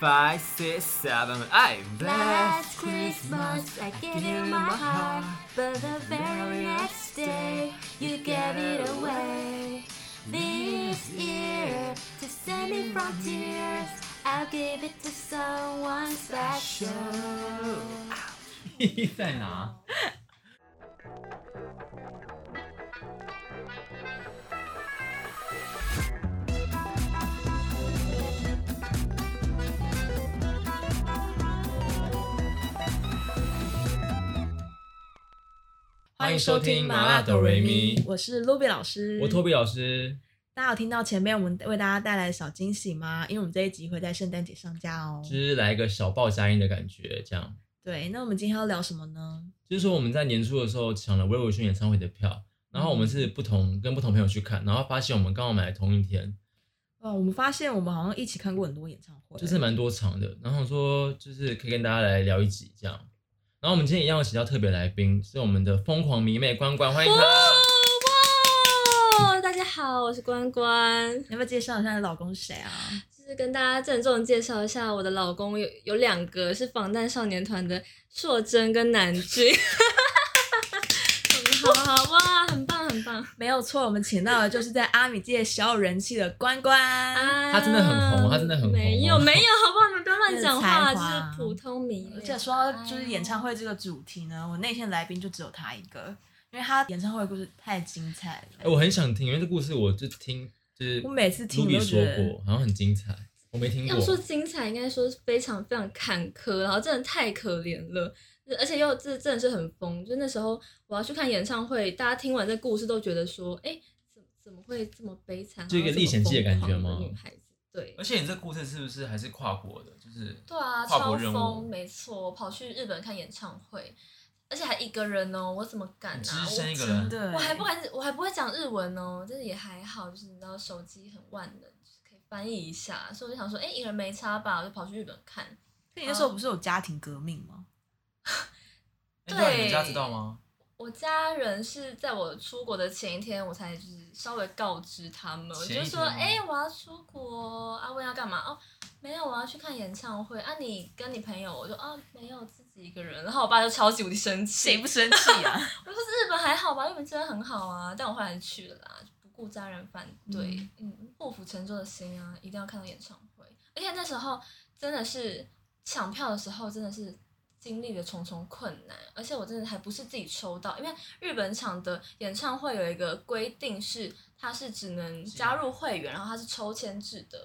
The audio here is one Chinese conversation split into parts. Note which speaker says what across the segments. Speaker 1: five, six, seven, eight.
Speaker 2: Last Christmas, I gave you my heart, but the very next day, you gave it away. This year, to save me from tears, I'll give it to someone special.
Speaker 3: 在哪？
Speaker 4: 欢迎收听麻辣哆瑞咪，我是 Ruby 老师，
Speaker 3: 我托比老师，
Speaker 4: 大家有听到前面我们为大家带来的小惊喜吗？因为我们这一集会在圣诞节上架哦
Speaker 3: 就。是来一个小爆佳音的感觉，这样。
Speaker 4: 对，那我们今天要聊什么呢？
Speaker 3: 就是说我们在年初的时候抢了魏如萱演唱会的票，然后我们是不同跟不同朋友去看，然后发现我们刚好买的同一天，
Speaker 4: 哦，我们发现我们好像一起看过很多演唱会，
Speaker 3: 就是蛮多场的。然后说就是可以跟大家来聊一集这样。然后我们今天一样有请到特别来宾，是我们的疯狂迷妹关关，欢迎她。
Speaker 2: 哇哇！大家好，我是关关。
Speaker 4: 你要不要介绍一下你老公是谁啊？
Speaker 2: 就是跟大家郑重介绍一下，我的老公有有两个是防弹少年团的硕真跟南俊。 好好哇，很棒很棒！
Speaker 4: 没有错，我们请到的就是在阿米界小有人气的关关。
Speaker 2: 啊
Speaker 3: 他真的很红他真的很红哦
Speaker 2: 没有没有，好不好？你们不要乱讲话，
Speaker 4: 很有才
Speaker 2: 就
Speaker 4: 华
Speaker 2: 是普通迷。
Speaker 4: 而且说到就是演唱会这个主题呢，我那天来宾就只有他一个，因为他演唱会的故事太精彩
Speaker 3: 哎
Speaker 4: 了。
Speaker 3: 我很想听，因为这故事我就听，就是
Speaker 4: 我每次听我
Speaker 3: Ruby
Speaker 4: 都
Speaker 3: 说
Speaker 4: 觉得
Speaker 3: 过，好像很精彩，我没听过
Speaker 2: 要。说精彩，应该说是非常非常坎坷，然后真的太可怜了，而且又这真的是很疯。就那时候我要去看演唱会，大家听完这故事都觉得说，哎、怎怎么会这么悲惨？
Speaker 3: 就一个
Speaker 2: 然后
Speaker 3: 历险记的感觉
Speaker 2: 这么疯狂
Speaker 3: 吗
Speaker 2: 的女孩子，对
Speaker 5: 而，且你这故事是不是还是跨国的？就是
Speaker 2: 对啊，
Speaker 5: 跨
Speaker 2: 超
Speaker 5: 国任
Speaker 2: 疯，
Speaker 5: 务，
Speaker 2: 没错，我跑去日本看演唱会，而且还一个人哦，我怎么敢
Speaker 5: 你只
Speaker 2: 啊？
Speaker 5: 是生一
Speaker 2: 我
Speaker 5: 个
Speaker 4: 真
Speaker 5: 人，
Speaker 4: 的，
Speaker 2: 我还不敢，我还不会讲日文哦，但是也还好，就是你知道手机很万能，就是可以翻译一下，所以我就想说，哎、一个人没差吧，我就跑去日本看。
Speaker 4: 那你那时候不是有家庭革命吗？
Speaker 5: 哎对啊，你们家
Speaker 2: 对
Speaker 5: 知道吗？
Speaker 2: 我家人是在我出国的前一天，我才就是稍微告知他们，我
Speaker 5: 前一天
Speaker 2: 就
Speaker 5: 吗
Speaker 2: 说，哎、我要出国，阿、啊、问要干嘛？哦，没有，我要去看演唱会。啊，你跟你朋友？我就啊，没有，自己一个人。然后我爸就超级无敌生气，
Speaker 4: 生气啊？
Speaker 2: 我说日本还好吧，日本真的很好啊，但我后来去了啦，就不顾家人反对，嗯，破釜沉舟的心啊，一定要看到演唱会。而且那时候真的是抢票的时候，真的是经历了重重困难，而且我真的还不是自己抽到，因为日本场的演唱会有一个规定是，它是只能加入会员，然后它是抽签制的。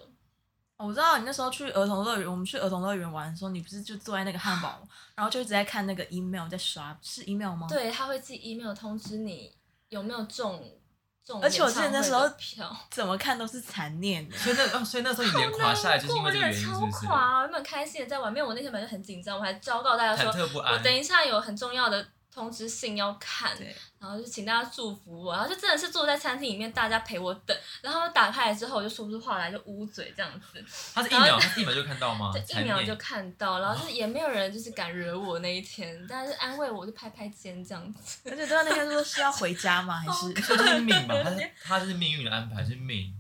Speaker 4: 哦我知道你那时候去儿童乐园，我们去儿童乐园玩的时候，你不是就坐在那个汉堡，然后就一直在看那个 email 在刷，是 email 吗？，
Speaker 2: 对，他会寄 email 通知你有没有中中
Speaker 4: 而且我
Speaker 2: 演唱
Speaker 4: 记得那
Speaker 2: 会
Speaker 4: 时候
Speaker 2: 的票。
Speaker 4: 怎么看都是残念的。
Speaker 5: 所以那哦，所以那时候你脸垮下来就是因为这个原因，是
Speaker 2: 超
Speaker 5: 不是？
Speaker 2: 垮、啊，原本开心的在玩，没有我那天本来就很紧张，我还昭告大家
Speaker 5: 忐
Speaker 2: 说，
Speaker 5: 忑不
Speaker 2: 我
Speaker 5: 安。
Speaker 2: 等一下有很重要的通知信要看，
Speaker 4: 对，
Speaker 2: 然后就请大家祝福我，然后就真的是坐在餐厅里面，大家陪我等，然后打开来之后我就说不出话来，就捂嘴这样子，
Speaker 5: 他是一秒，他是一秒就看到吗？
Speaker 2: 就
Speaker 5: 才
Speaker 2: 一秒
Speaker 5: 念
Speaker 2: 就看到，
Speaker 5: 哦
Speaker 2: 然后就是也没有人就是敢惹我那一天，但是安慰我就拍拍肩这样子，
Speaker 4: 而且对啊，那天说是要回家吗？还是
Speaker 5: 所以这是命吧？他 是他是命运的安排，是命。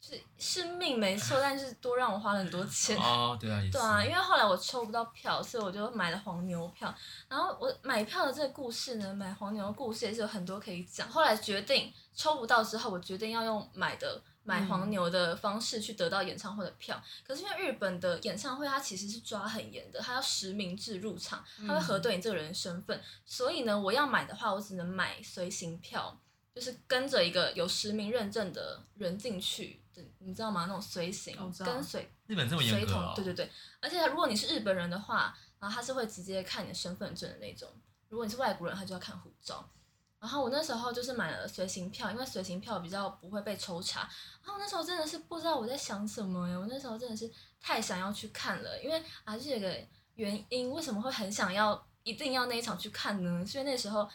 Speaker 2: 就是是命没错，但是多让我花了很多钱。
Speaker 5: 哦，对啊，也是。
Speaker 2: 对啊，因为后来我抽不到票，所以我就买了黄牛票。然后我买票的这个故事呢，买黄牛的故事也是有很多可以讲。后来决定抽不到之后，我决定要用买的买
Speaker 4: 嗯
Speaker 2: 黄牛的方式去得到演唱会的票。可是因为日本的演唱会，它其实是抓很严的，它要实名制入场，它会核
Speaker 4: 嗯
Speaker 2: 对你这个人的身份。所以呢，我要买的话，我只能买随行票。就是跟着一个有实名认证的人进去，对你知道吗？那种随行
Speaker 4: 哦我知道
Speaker 2: 跟随
Speaker 5: 日本这么
Speaker 2: 随
Speaker 5: 严格
Speaker 2: 同
Speaker 5: 哦，，
Speaker 2: 对对对，而且如果你是日本人的话，然后他是会直接看你的身份证的那种；如果你是外国人，他就要看护照。然后我那时候就是买了随行票，因为随行票比较不会被抽查。然后我那时候真的是不知道我在想什么耶，我那时候真的是太想要去看了，因为啊，就是有个原因，为什么会很想要一定要那一场去看呢？是因为那时候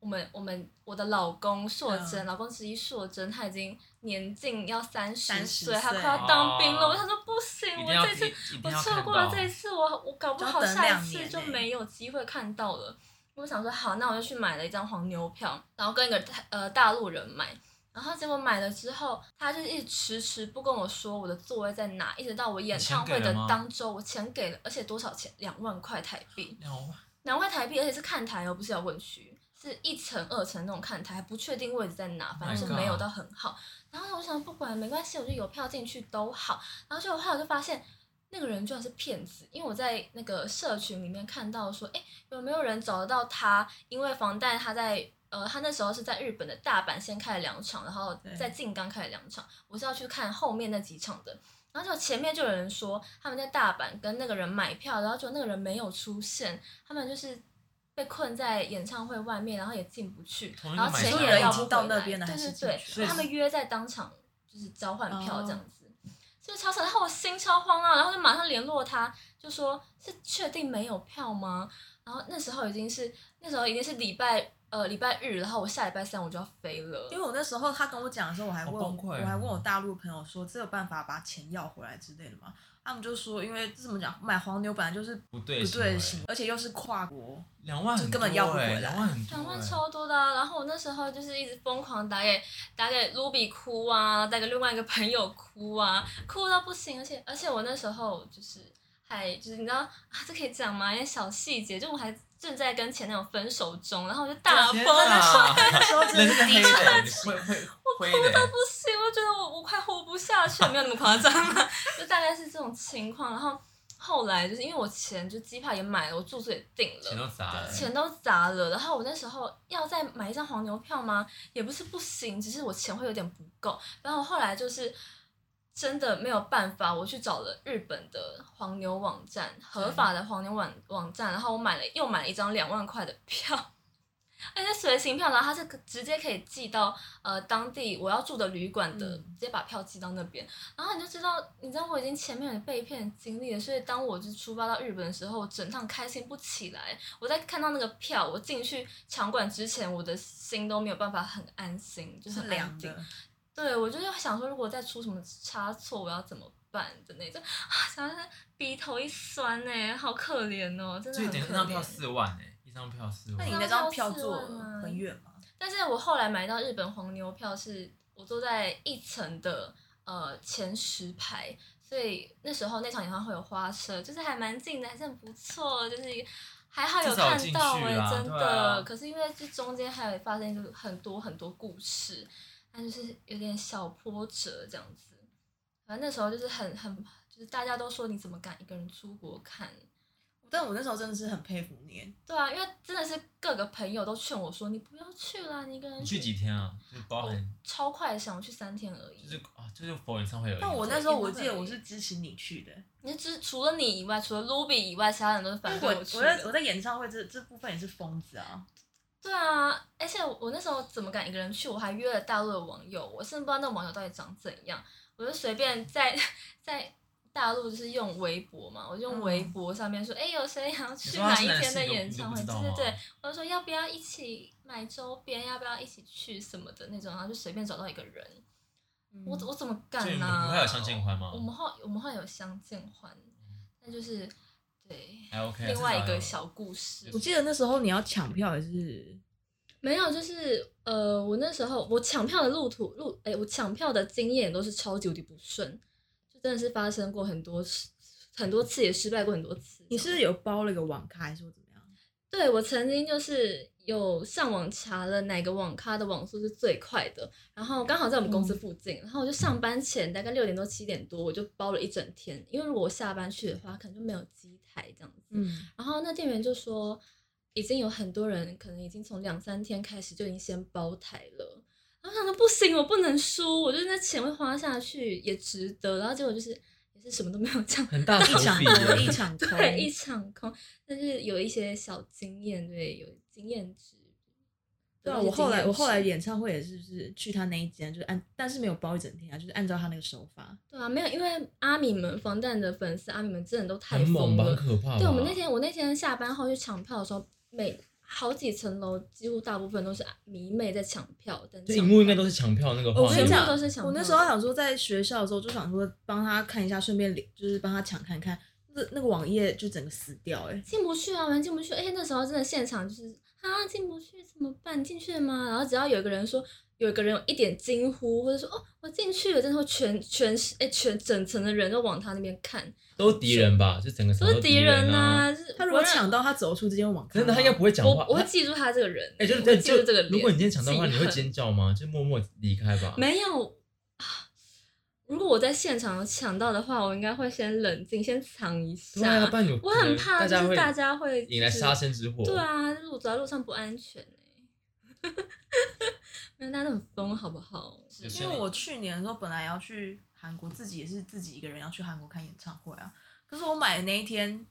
Speaker 2: 我们我们我的老公硕
Speaker 4: 嗯
Speaker 2: 珍，老公之一硕珍，他已经年近要三十
Speaker 4: 30
Speaker 2: 岁，他
Speaker 4: 岁
Speaker 2: 快要当兵了。
Speaker 5: 哦
Speaker 2: 我想说不行。
Speaker 5: 一定
Speaker 2: 哎我
Speaker 5: 要
Speaker 2: 这次
Speaker 5: 一
Speaker 2: 我
Speaker 5: 定要
Speaker 2: 错
Speaker 5: 看
Speaker 2: 过了
Speaker 5: 到
Speaker 2: 这。一次，我我搞不
Speaker 4: 就要
Speaker 2: 好
Speaker 4: 等
Speaker 2: 下一
Speaker 4: 两
Speaker 2: 次
Speaker 4: 年
Speaker 2: 就
Speaker 4: 欸
Speaker 2: 没有机会看到了。我想说好，那我就去买了一张黄牛票，然后跟一个泰呃大陆人买，然后结果买了之后，他就一直迟迟不跟我说我的座位在哪，一直到我演唱会
Speaker 5: 你钱给
Speaker 2: 的
Speaker 5: 了吗
Speaker 2: 当周，我钱给了，而且多少钱？两万块台币，
Speaker 5: 两万
Speaker 2: 两万台币，而且是看台哦，不是有问区，是一层、二层那种看台，还不确定位置在哪，反正
Speaker 5: My
Speaker 2: 是
Speaker 5: God
Speaker 2: 没有到很好。然后我想不管没关系，我就有票进去都好。然后就后来我就发现。那个人居然是骗子，因为我在那个社群里面看到说，哎，有没有人找得到他？因为房贷他在呃，他那时候是在日本的大阪先开了两场，然后
Speaker 4: 对
Speaker 2: 在静冈开了两场，我是要去看后面那几场的。然后就前面就有人说他们在大阪跟那个人买票，然后就那个人没有出现，他们就是被困在演唱会外面，然后也进不去，
Speaker 5: 同一个
Speaker 2: 然后
Speaker 5: 买
Speaker 2: 钱
Speaker 5: 票的
Speaker 2: 也
Speaker 5: 人
Speaker 2: 要
Speaker 5: 已经
Speaker 2: 不
Speaker 4: 到
Speaker 2: 回
Speaker 4: 那
Speaker 2: 来
Speaker 4: 边了
Speaker 2: 对
Speaker 4: 还是
Speaker 2: 对
Speaker 4: 进去
Speaker 2: 对，
Speaker 5: 了
Speaker 2: 他们约在当场就是交换票这样
Speaker 4: 哦
Speaker 2: 子。就是超扯，然后我心超慌啊，然后就马上联络他，就说是确定没有票吗？然后那时候已经是那时候已经是礼拜呃礼拜日，然后我下礼拜三我就要飞了，
Speaker 4: 因为我那时候他跟我讲的时候，我还问
Speaker 5: 好崩溃哦
Speaker 4: 我还问我大陆朋友说，这有办法把钱要回来之类的吗？他们就说，因为这怎么讲，买黄牛本来就是
Speaker 5: 不
Speaker 4: 不
Speaker 5: 对
Speaker 4: 对
Speaker 5: 的
Speaker 4: 的行为，而且又是跨国，
Speaker 5: 两万很
Speaker 4: 就根本要不
Speaker 5: 多
Speaker 4: 回
Speaker 5: 欸
Speaker 4: 来
Speaker 5: 两万很多欸
Speaker 2: 两万超多的啊、然后我那时候就是一直疯狂打给打给卢比哭啊，打给另外一个朋友哭啊，哭到不行，而且而且我那时候就是还就是你知道啊，这可以讲吗？一些小细节，就我还正在跟前男友分手中，然后我就大崩
Speaker 5: 天
Speaker 2: 了，
Speaker 5: 哪
Speaker 4: 那时候真
Speaker 5: 人
Speaker 4: 的
Speaker 5: 是
Speaker 4: 是
Speaker 5: 黑
Speaker 4: 低
Speaker 5: 的
Speaker 4: 潮
Speaker 5: 欸，你会会灰的欸
Speaker 2: 不，行，我觉得我我快活不下去，没有那么夸张啊， 就大概是这种情况。然后后来就是因为我钱就机票也买了，我住宿也订
Speaker 5: 钱
Speaker 2: 了。
Speaker 5: 都砸了，
Speaker 2: 钱都砸了，然后我那时候要再买一张黄牛票吗？也不是不行，只是我钱会有点不够。然后后来就是真的没有办法，我去找了日本的黄牛网站，合法的黄牛网网站，然后我买了又买了一张两万块的票， 而且随行票，然后它是直接可以寄到呃当地我要住的旅馆的，
Speaker 4: 嗯
Speaker 2: 直接把票寄到那边。然后你就知道，你知道我已经前面有被骗的经历了，所以当我就是出发到日本的时候，我整趟开心不起来。我在看到那个票，我进去场馆之前，我的心都没有办法很安心，就是
Speaker 4: 是
Speaker 2: 很安
Speaker 4: 凉
Speaker 2: 定
Speaker 4: 的。
Speaker 2: 对，我就是想说，如果再出什么差错，我要怎么办的那种啊，想的鼻头一酸呢、好可怜哦，真的
Speaker 5: 所以等于一
Speaker 2: 很可
Speaker 5: 张票
Speaker 2: 怜。
Speaker 5: 四万哎，一张票四
Speaker 4: 那
Speaker 5: 万
Speaker 4: 你
Speaker 2: 那，
Speaker 4: 那张票坐
Speaker 2: 四万啊
Speaker 4: 很远吗？
Speaker 2: 但是我后来买到日本黄牛票是，我坐在一层的呃前十排，所以那时候那场演唱会有花车，就是还蛮近的，还是很不错，就是还好有
Speaker 5: 至少有
Speaker 2: 看
Speaker 5: 进
Speaker 2: 到
Speaker 5: 去
Speaker 2: 哎、
Speaker 5: 啊
Speaker 2: 真
Speaker 5: 对
Speaker 2: 的。
Speaker 5: 啊
Speaker 2: 可是因为这中间还有发生就是很多很多故事，那就是有点小波折这样子。反正那时候就是很很，就是大家都说你怎么敢一个人出国看？
Speaker 4: 但我那时候真的是很佩服你，
Speaker 2: 对啊，因为真的是各个朋友都劝我说你不要去啦，你一个人
Speaker 5: 你去几天啊？就是包
Speaker 2: 我
Speaker 5: 含
Speaker 2: 超快想去三天而已。
Speaker 5: 就是啊，就是佛演唱会有一个，
Speaker 4: 但我那时候我记得我是支持你去的，
Speaker 2: 你就是除了你以外，除了 Ruby 以外，其他人都是反
Speaker 4: 因为我
Speaker 2: 对
Speaker 4: 我
Speaker 2: 去
Speaker 4: 在
Speaker 2: 的。
Speaker 4: 我在演唱会这这部分也是疯子啊，
Speaker 2: 对啊，而且我我那时候怎么敢一个人去？我还约了大陆的网友，我甚至不知道那网友到底长怎样。我就随便在 在大陆就是用微博嘛，我就用
Speaker 4: 嗯
Speaker 2: 微博上面说，哎、有谁想要
Speaker 5: 你
Speaker 2: 去
Speaker 5: 说他
Speaker 2: 哪
Speaker 5: 是
Speaker 2: 一
Speaker 5: 男
Speaker 2: 天
Speaker 5: 士
Speaker 2: 的
Speaker 5: 你都
Speaker 2: 演
Speaker 5: 你都
Speaker 2: 唱
Speaker 5: 不
Speaker 2: 会？
Speaker 5: 知
Speaker 2: 对
Speaker 5: 道
Speaker 2: 对
Speaker 5: 吗
Speaker 2: 对，我就说要不要一起买周边，要不要一起去什么的那种，然后就随便找到一个人。
Speaker 4: 嗯
Speaker 2: 我我怎
Speaker 5: 所
Speaker 2: 么
Speaker 5: 以
Speaker 2: 敢
Speaker 5: 你
Speaker 2: 呢、
Speaker 5: 们会有相见欢吗
Speaker 2: 我？们后我们后来有相见欢，那就是对
Speaker 5: 还 OK，
Speaker 2: 另外一
Speaker 5: 嗯
Speaker 2: 个
Speaker 5: 至少有
Speaker 2: 小故事
Speaker 4: 我。记得那时候你要抢票也是
Speaker 2: 没有，就是呃，我那时候我抢票的路途路，哎、我抢票的经验都是超级无敌不顺，就真的是发生过很多事，很多次也失败过很多次。
Speaker 4: 你是不是有包了一个网咖还是怎么样？
Speaker 2: 对我曾经就是有上网查了哪个网咖的网速是最快的，然后刚好在我们公
Speaker 4: 嗯
Speaker 2: 司附近，然后我就上班前大概六点多七点多我就包了一整天，因为如果我下班去的话，可能就没有机台这样子。
Speaker 4: 嗯，
Speaker 2: 然后那店员就说，已经有很多人可能已经从两三天开始就已经先包台了。然后我想说不行，我不能输，我就是那钱会花下去也值得。然后结果就是也是什么都没有这 样，
Speaker 3: 很大手
Speaker 4: 一场
Speaker 3: 笔耶，
Speaker 4: 空一 场空，
Speaker 2: 对，一场空。但是有一些小经验，对，有经验值。
Speaker 4: 对啊，
Speaker 2: 有一些
Speaker 4: 我后
Speaker 2: 经
Speaker 4: 来
Speaker 2: 验
Speaker 4: 我后来
Speaker 2: 值
Speaker 4: 演唱会也是就是去他那一间，就是按但是没有包一整天啊，就是按照他那个手法。
Speaker 2: 对啊，没有，因为阿米们防弹的粉丝，阿米们真的都太
Speaker 3: 很
Speaker 2: 疯
Speaker 3: 猛吧，
Speaker 2: 了
Speaker 3: 很，可怕吧。
Speaker 2: 对，我们那天我那天下班后去抢票的时候，每好几层楼几乎大部分都是迷妹在抢票，但
Speaker 3: 这荧幕应该都是抢票那个
Speaker 4: 我
Speaker 3: 画
Speaker 4: 跟
Speaker 3: 面
Speaker 4: 你
Speaker 2: 全
Speaker 4: 讲
Speaker 2: 部，都是抢票。
Speaker 4: 我那时候想说，在学校的时候就想说帮他看一下，顺便领就是帮他抢看看，那那个网页就整个死掉哎、欸
Speaker 2: 进不去啊，完全进不去。而且那时候真的现场就是啊进不去怎么办？进去了吗？然后只要有一个人说有一个人有一点惊呼，或者说哦我进去了，真的会全全哎全整层的人都往他那边看，
Speaker 3: 都是敌人吧，就整个什
Speaker 2: 都
Speaker 3: 么
Speaker 2: 是敌人
Speaker 3: 啊。
Speaker 2: 呐、就是
Speaker 4: 他如果
Speaker 2: 我让
Speaker 4: 抢到，他走出这间网咖，
Speaker 3: 真的，他应该不会讲
Speaker 2: 我
Speaker 3: 话。
Speaker 2: 我会
Speaker 3: 他
Speaker 2: 记住他这个人，
Speaker 3: 哎，就是
Speaker 2: 我会
Speaker 3: 对
Speaker 2: 记住这个
Speaker 3: 就
Speaker 2: 脸。
Speaker 3: 如果你今天抢到的话，
Speaker 2: 记
Speaker 3: 你会
Speaker 2: 恨
Speaker 3: 尖叫吗？就默默离开吧。
Speaker 2: 没有啊如果我在现场抢到的话，我应该会先冷静，先藏一
Speaker 3: 对啊，
Speaker 2: 下。
Speaker 3: 不然有
Speaker 2: 我
Speaker 3: 可能
Speaker 2: 很怕，
Speaker 3: 大
Speaker 2: 就
Speaker 3: 家
Speaker 2: 是
Speaker 3: 会
Speaker 2: 大家会
Speaker 3: 引来
Speaker 2: 就是
Speaker 3: 杀身之祸。
Speaker 2: 对，啊，路走在路上不安全欸 没有，大家都很疯，好不好？
Speaker 5: 有些
Speaker 4: 因为
Speaker 5: 人
Speaker 4: 我去年的时候本来要去韩国，自己也是自己一个人要去韩国看演唱会啊。可是我买的那一天，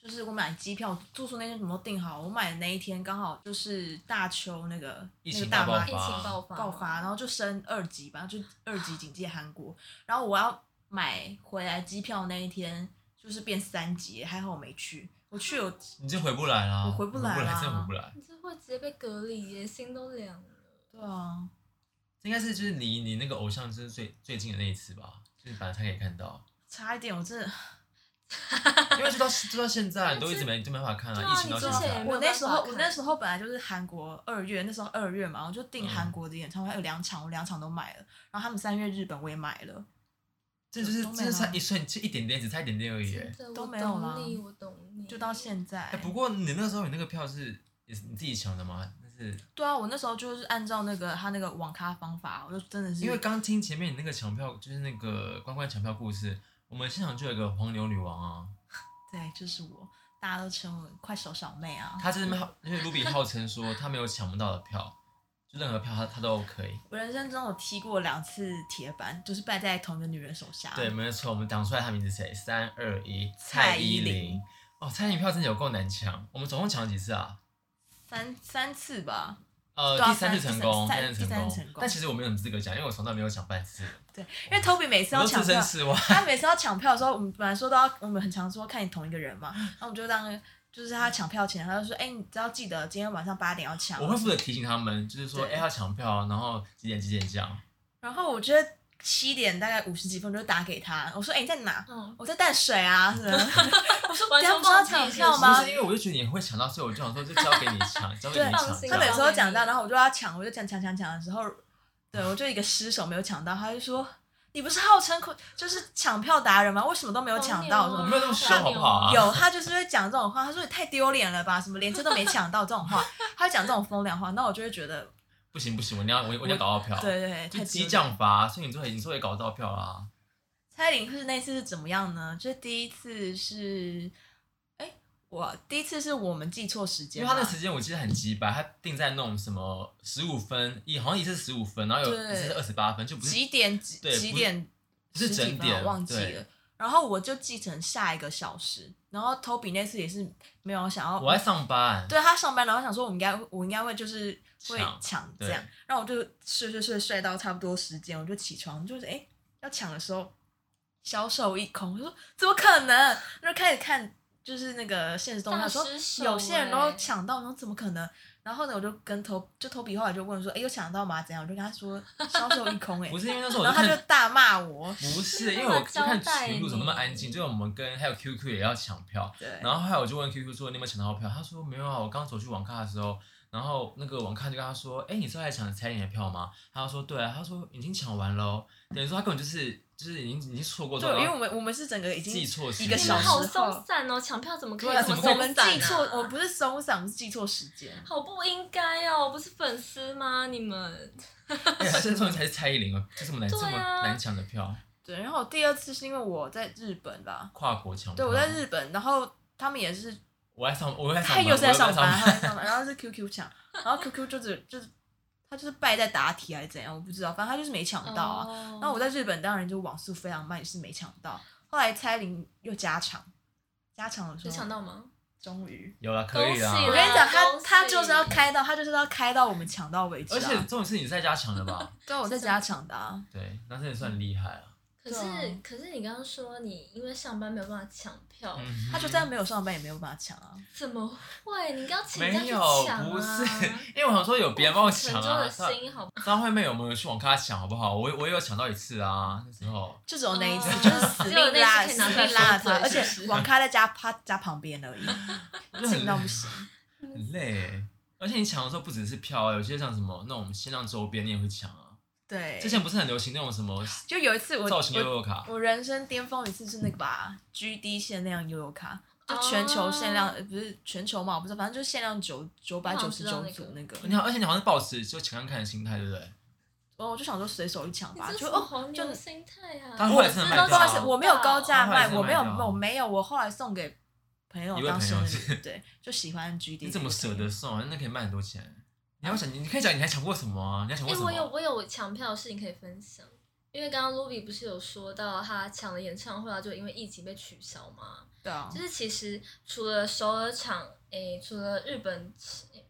Speaker 4: 就是我买机票、住宿那些什么都订好，我买的那一天刚好就是大邱那个
Speaker 5: 疫
Speaker 4: 那个
Speaker 5: 情大
Speaker 4: 大
Speaker 5: 爆
Speaker 4: 妈
Speaker 5: 发
Speaker 2: 疫情爆发，
Speaker 4: 爆发，然后就升二级吧，就二级警戒韩国。然后我要买回来机票那一天就是变三级，还好我没去。我去有
Speaker 5: 你就回不来啦，
Speaker 4: 我回不来啦
Speaker 5: 真的回不来。
Speaker 2: 你这会直接被隔离耶，心都凉了。
Speaker 4: 对啊，
Speaker 5: 这应该是就是离你那个偶像就是最最近的那一次吧，就是反正他可以看 到，
Speaker 4: 差一点我真的。
Speaker 5: 因为就到就到现在，你都一直没就没办法看
Speaker 2: 对
Speaker 5: 啊，
Speaker 2: 啊
Speaker 5: 疫情到现
Speaker 2: 你之前也
Speaker 5: 在
Speaker 2: 没。有
Speaker 4: 我那时候
Speaker 2: 办法
Speaker 4: 我
Speaker 2: 看
Speaker 4: 那时候本来就是韩国二月，那时候二月嘛，我就
Speaker 5: 嗯
Speaker 4: 订韩国的演唱会，还有两场，我两场都买了。然后他们三月日本我也买了，
Speaker 5: 这就是
Speaker 4: 都
Speaker 2: 啊
Speaker 5: 这
Speaker 4: 没
Speaker 5: 就是
Speaker 4: 了
Speaker 5: 差一瞬，就一点点，只差一点点而已耶。
Speaker 2: 真的
Speaker 4: 都
Speaker 2: 我
Speaker 4: 没有
Speaker 2: 懂
Speaker 4: 啦
Speaker 2: 你我懂你。
Speaker 4: 就到现在。
Speaker 5: 哎，不过你那时候你那个票是也是你自己抢的吗？那是
Speaker 4: 对啊，我那时候就是按照那个他那个网咖方法，我就真的是
Speaker 5: 因为刚听前面你那个抢票，就是那个关关抢票故事，我们现场就有一个黄牛女王啊，
Speaker 4: 对，就是我，大家都称我快手小妹啊。
Speaker 5: 她就是号，因为卢比号称说她没有抢不到的票， 就任何票她她都 OK。
Speaker 4: 我人生中我踢过两次铁板，就是败在同一个女人手下。
Speaker 5: 对，，没错，我们讲出来她名字谁？三二一，
Speaker 4: 蔡依
Speaker 5: 依
Speaker 4: 林
Speaker 5: 林。哦，蔡依林票真的有够难抢，我们总共抢了几次啊？
Speaker 4: 三三次吧。
Speaker 5: 呃，
Speaker 4: 对啊
Speaker 5: 第三次成功，
Speaker 4: 三
Speaker 5: 第
Speaker 4: 第
Speaker 5: 三次
Speaker 4: 三次成
Speaker 5: 成
Speaker 4: 功
Speaker 5: 功。但其实我没有资格讲，因为我从来没有抢半次，
Speaker 4: 对，因为 Toby 每次
Speaker 5: 我
Speaker 4: 要
Speaker 5: 都
Speaker 4: 抢
Speaker 5: 置
Speaker 4: 票
Speaker 5: 身，事外。
Speaker 4: 他每次要抢票的时候，我们本来说都要，我们很常说看你同一个人嘛，然后我们就让，就是他抢票前，他就说，哎、你只要记得今天晚上八点要抢。
Speaker 5: 我会负责提醒他们，就是说，
Speaker 4: 对
Speaker 5: 哎，要抢票，然后几点几点这样。
Speaker 4: 然后我觉得七点大概五十几分钟就打给他，我说，哎、你在哪？
Speaker 2: 嗯，
Speaker 4: 我在淡水啊，什么？
Speaker 2: 我说
Speaker 4: 完全
Speaker 2: 不
Speaker 4: 不知道抢票
Speaker 5: 不
Speaker 4: 吗
Speaker 5: 是因为我就觉得你会抢到，所以我就想说，就交给你 抢，交给
Speaker 4: 对
Speaker 5: 你抢。这
Speaker 4: 他
Speaker 5: 样
Speaker 4: 每次都讲到，然后我就要抢，我就抢抢抢抢的时候，对我就一个失手没有抢到，他就说。你不是号称就是抢票达人吗？为什么都没有抢到？什
Speaker 5: 我
Speaker 4: 么
Speaker 5: 没有那么凶好不好啊
Speaker 4: 有，他就是会讲这种话。他说你太丢脸了吧，什么连这都没抢到这种话，他会讲这种风凉话。那我就会觉得，
Speaker 5: 不行不行，我一定要我我一定要搞到票。
Speaker 4: 对对对，
Speaker 5: 就
Speaker 4: 太
Speaker 5: 激
Speaker 4: 激
Speaker 5: 将法，所以你最后你最后也搞到票啊啦。
Speaker 4: 蔡依林是那次是怎么样呢？就是第一次是，哎，我第一次是我们记错时
Speaker 5: 因
Speaker 4: 间
Speaker 5: 为
Speaker 4: 嘛，
Speaker 5: 他那时间我记得很鸡掰，他定在那种什么十五分，一好像一次十五分，然后有
Speaker 4: 对
Speaker 5: 一次二十八分，就不是
Speaker 4: 几点几
Speaker 5: 对
Speaker 4: 几
Speaker 5: 不是
Speaker 4: 点
Speaker 5: 不是
Speaker 4: 十几
Speaker 5: 整
Speaker 4: 分啊
Speaker 5: 点
Speaker 4: 我忘记
Speaker 5: 对
Speaker 4: 了。然后我就记成下一个小时，然后 Toby 那次也是没有想要，
Speaker 5: 我在上班，
Speaker 4: 对他上班，然后想说我应该我应该会就是会
Speaker 5: 抢
Speaker 4: 抢这
Speaker 5: 对
Speaker 4: 样，然后我就睡睡睡睡到差不多时间，我就起床，就是哎、诶要抢的时候，销售一空，我说怎么可能？然后开始看就是那个现实动态，
Speaker 2: 大
Speaker 4: 说
Speaker 2: 失手
Speaker 4: 有些人都
Speaker 2: 欸
Speaker 4: 抢到，然后怎么可能？然后呢，我就跟头就头皮后来就问说，哎、有抢到吗？怎样？我就跟他说销售一空、诶
Speaker 5: 不是因为那时候我
Speaker 4: 然
Speaker 5: 就
Speaker 4: 后他就
Speaker 5: 看，
Speaker 4: 大骂我，
Speaker 5: 不是 因为
Speaker 2: 他
Speaker 5: 我
Speaker 2: 们
Speaker 5: 就看
Speaker 2: 招待
Speaker 5: 群主怎么那么
Speaker 2: 你
Speaker 5: 安静，就是我们跟还有 QQ 也要抢票，
Speaker 4: 对，
Speaker 5: 然后后来我就问 QQ 说你有没有抢到票，他说没有啊，我刚走去网咖的时候，然后那个网咖就跟他说，哎，你是来抢彩礼的票吗？他说对啊，他说已经抢完喽，等于说他根本就是就是已经已经错过这
Speaker 4: 对
Speaker 5: 个，，
Speaker 4: 因为我们我们是整个已经
Speaker 5: 哦记错时
Speaker 4: 一个
Speaker 5: 间
Speaker 2: 你
Speaker 4: 小
Speaker 2: 们
Speaker 4: 时
Speaker 2: 好
Speaker 4: 后
Speaker 2: 松散哦，抢票怎么可
Speaker 5: 对啊
Speaker 2: 以这么
Speaker 5: 怎么
Speaker 2: 松
Speaker 4: 我
Speaker 5: 会
Speaker 4: 们
Speaker 2: 散啊？
Speaker 4: 记错，我不是松散，我们是记错时 间。
Speaker 2: 好不应该哦，不是粉丝吗？你们
Speaker 5: 哎他现在终于才是蔡依林哦，就这么难、
Speaker 2: 对
Speaker 5: 这
Speaker 2: 啊
Speaker 5: 么难抢的票，
Speaker 4: 对，然后第二次是因为我在日本吧，
Speaker 5: 跨国抢
Speaker 4: 对
Speaker 5: 票。
Speaker 4: 我在日本，然后他们也是，
Speaker 5: 我在上，嗯我在上
Speaker 4: 他
Speaker 5: 班，
Speaker 4: 又是在上
Speaker 5: 我又
Speaker 4: 班，他
Speaker 5: 在
Speaker 4: 在上班，然后是 QQ 抢，然后 QQ 就只就是他就是败在答题还是怎样，我不知道，反正他就是没抢到啊。
Speaker 2: 哦
Speaker 4: 然后我在日本当然就网速非常慢，也是没抢到。后来蔡依林又加场，加场的时
Speaker 2: 有
Speaker 4: 候，
Speaker 2: 抢到吗？
Speaker 4: 终于。
Speaker 5: 有了，可以啦
Speaker 2: 恭喜
Speaker 4: 我
Speaker 2: 啦
Speaker 4: 跟你讲，他
Speaker 2: 恭喜
Speaker 4: 他就是要开到，他就是要开到我们抢到为止、啊。
Speaker 5: 而且这种事你是在家抢的 吧？
Speaker 4: 对，我在家抢的、啊。
Speaker 5: 对，那真的算厉害了。
Speaker 2: 可是、
Speaker 4: 对啊
Speaker 2: 可是你刚刚说你因为上班没有办法抢票，
Speaker 5: 嗯哼
Speaker 4: 他就算没有上班也没有办法抢啊。
Speaker 2: 怎么会？你刚请
Speaker 5: 没
Speaker 2: 人家去
Speaker 5: 有，
Speaker 2: 抢啊？
Speaker 5: 不是， 因为我想说有别人帮我抢啊
Speaker 2: 陈。州的心好不
Speaker 5: 张惠妹有没有去网咖抢好不好？我我也有抢到一次啊，那时候
Speaker 4: 就只有那一次，
Speaker 2: 哦
Speaker 4: 就是死命拉，
Speaker 2: 只有
Speaker 4: 死
Speaker 2: 那一次可以拿出
Speaker 4: 命
Speaker 2: 来
Speaker 4: 拉
Speaker 2: 说
Speaker 4: 他，
Speaker 2: 嘴
Speaker 4: 而且
Speaker 2: 是不是
Speaker 4: 网咖在家趴家旁边而已，
Speaker 5: 就
Speaker 4: 近到
Speaker 5: 很
Speaker 4: 不行。
Speaker 5: 很累。而且你抢的时候不只是票啊，有些像什么那种限量周边你也会抢啊。
Speaker 4: 对，
Speaker 5: 之前不是很流行那种什么
Speaker 4: 就有一次我
Speaker 5: 造型悠
Speaker 4: 我
Speaker 5: 悠卡，
Speaker 4: 我人生巅峰一次是那个吧，GD 限量悠悠卡，
Speaker 2: 哦
Speaker 4: 就全球限量、呃不是全球嘛，我不知道，反正就是限量九九百九十九组那个。
Speaker 5: 你好，而且你好像是抱持就抢看看的心态，对不对？
Speaker 4: 然后我就想说随手一抢吧，
Speaker 2: 你这
Speaker 4: 就
Speaker 2: 什么
Speaker 4: 哦
Speaker 2: 黄
Speaker 4: 就
Speaker 2: 牛心态啊！
Speaker 5: 但后
Speaker 2: 我
Speaker 5: 来
Speaker 2: 知
Speaker 5: 真的
Speaker 2: 道
Speaker 5: 卖不
Speaker 4: 不好意
Speaker 5: 到
Speaker 4: 思，
Speaker 5: 啊
Speaker 4: 我没有高价
Speaker 5: 他后来
Speaker 4: 卖，
Speaker 5: 是
Speaker 4: 我没有
Speaker 5: 卖掉啊
Speaker 4: 我没有，我后来送给朋友
Speaker 5: 一位
Speaker 4: 当
Speaker 5: 朋
Speaker 4: 生
Speaker 5: 友
Speaker 4: 日礼，对，就喜欢 GD。
Speaker 5: 你怎么舍得？送
Speaker 2: 嗯
Speaker 5: 啊？那可以卖很多钱。你要想，你你可以讲你还抢过什么啊？你还抢
Speaker 2: 哎、
Speaker 5: 过什
Speaker 2: 啊我有
Speaker 5: 么？
Speaker 2: 我有抢票的事情可以分享，因为刚刚 Ruby 不是有说到他抢的演唱会啊，就因为疫情被取消嘛。
Speaker 4: 对啊
Speaker 2: 就，是其实除了首尔场，诶、除了日本，哎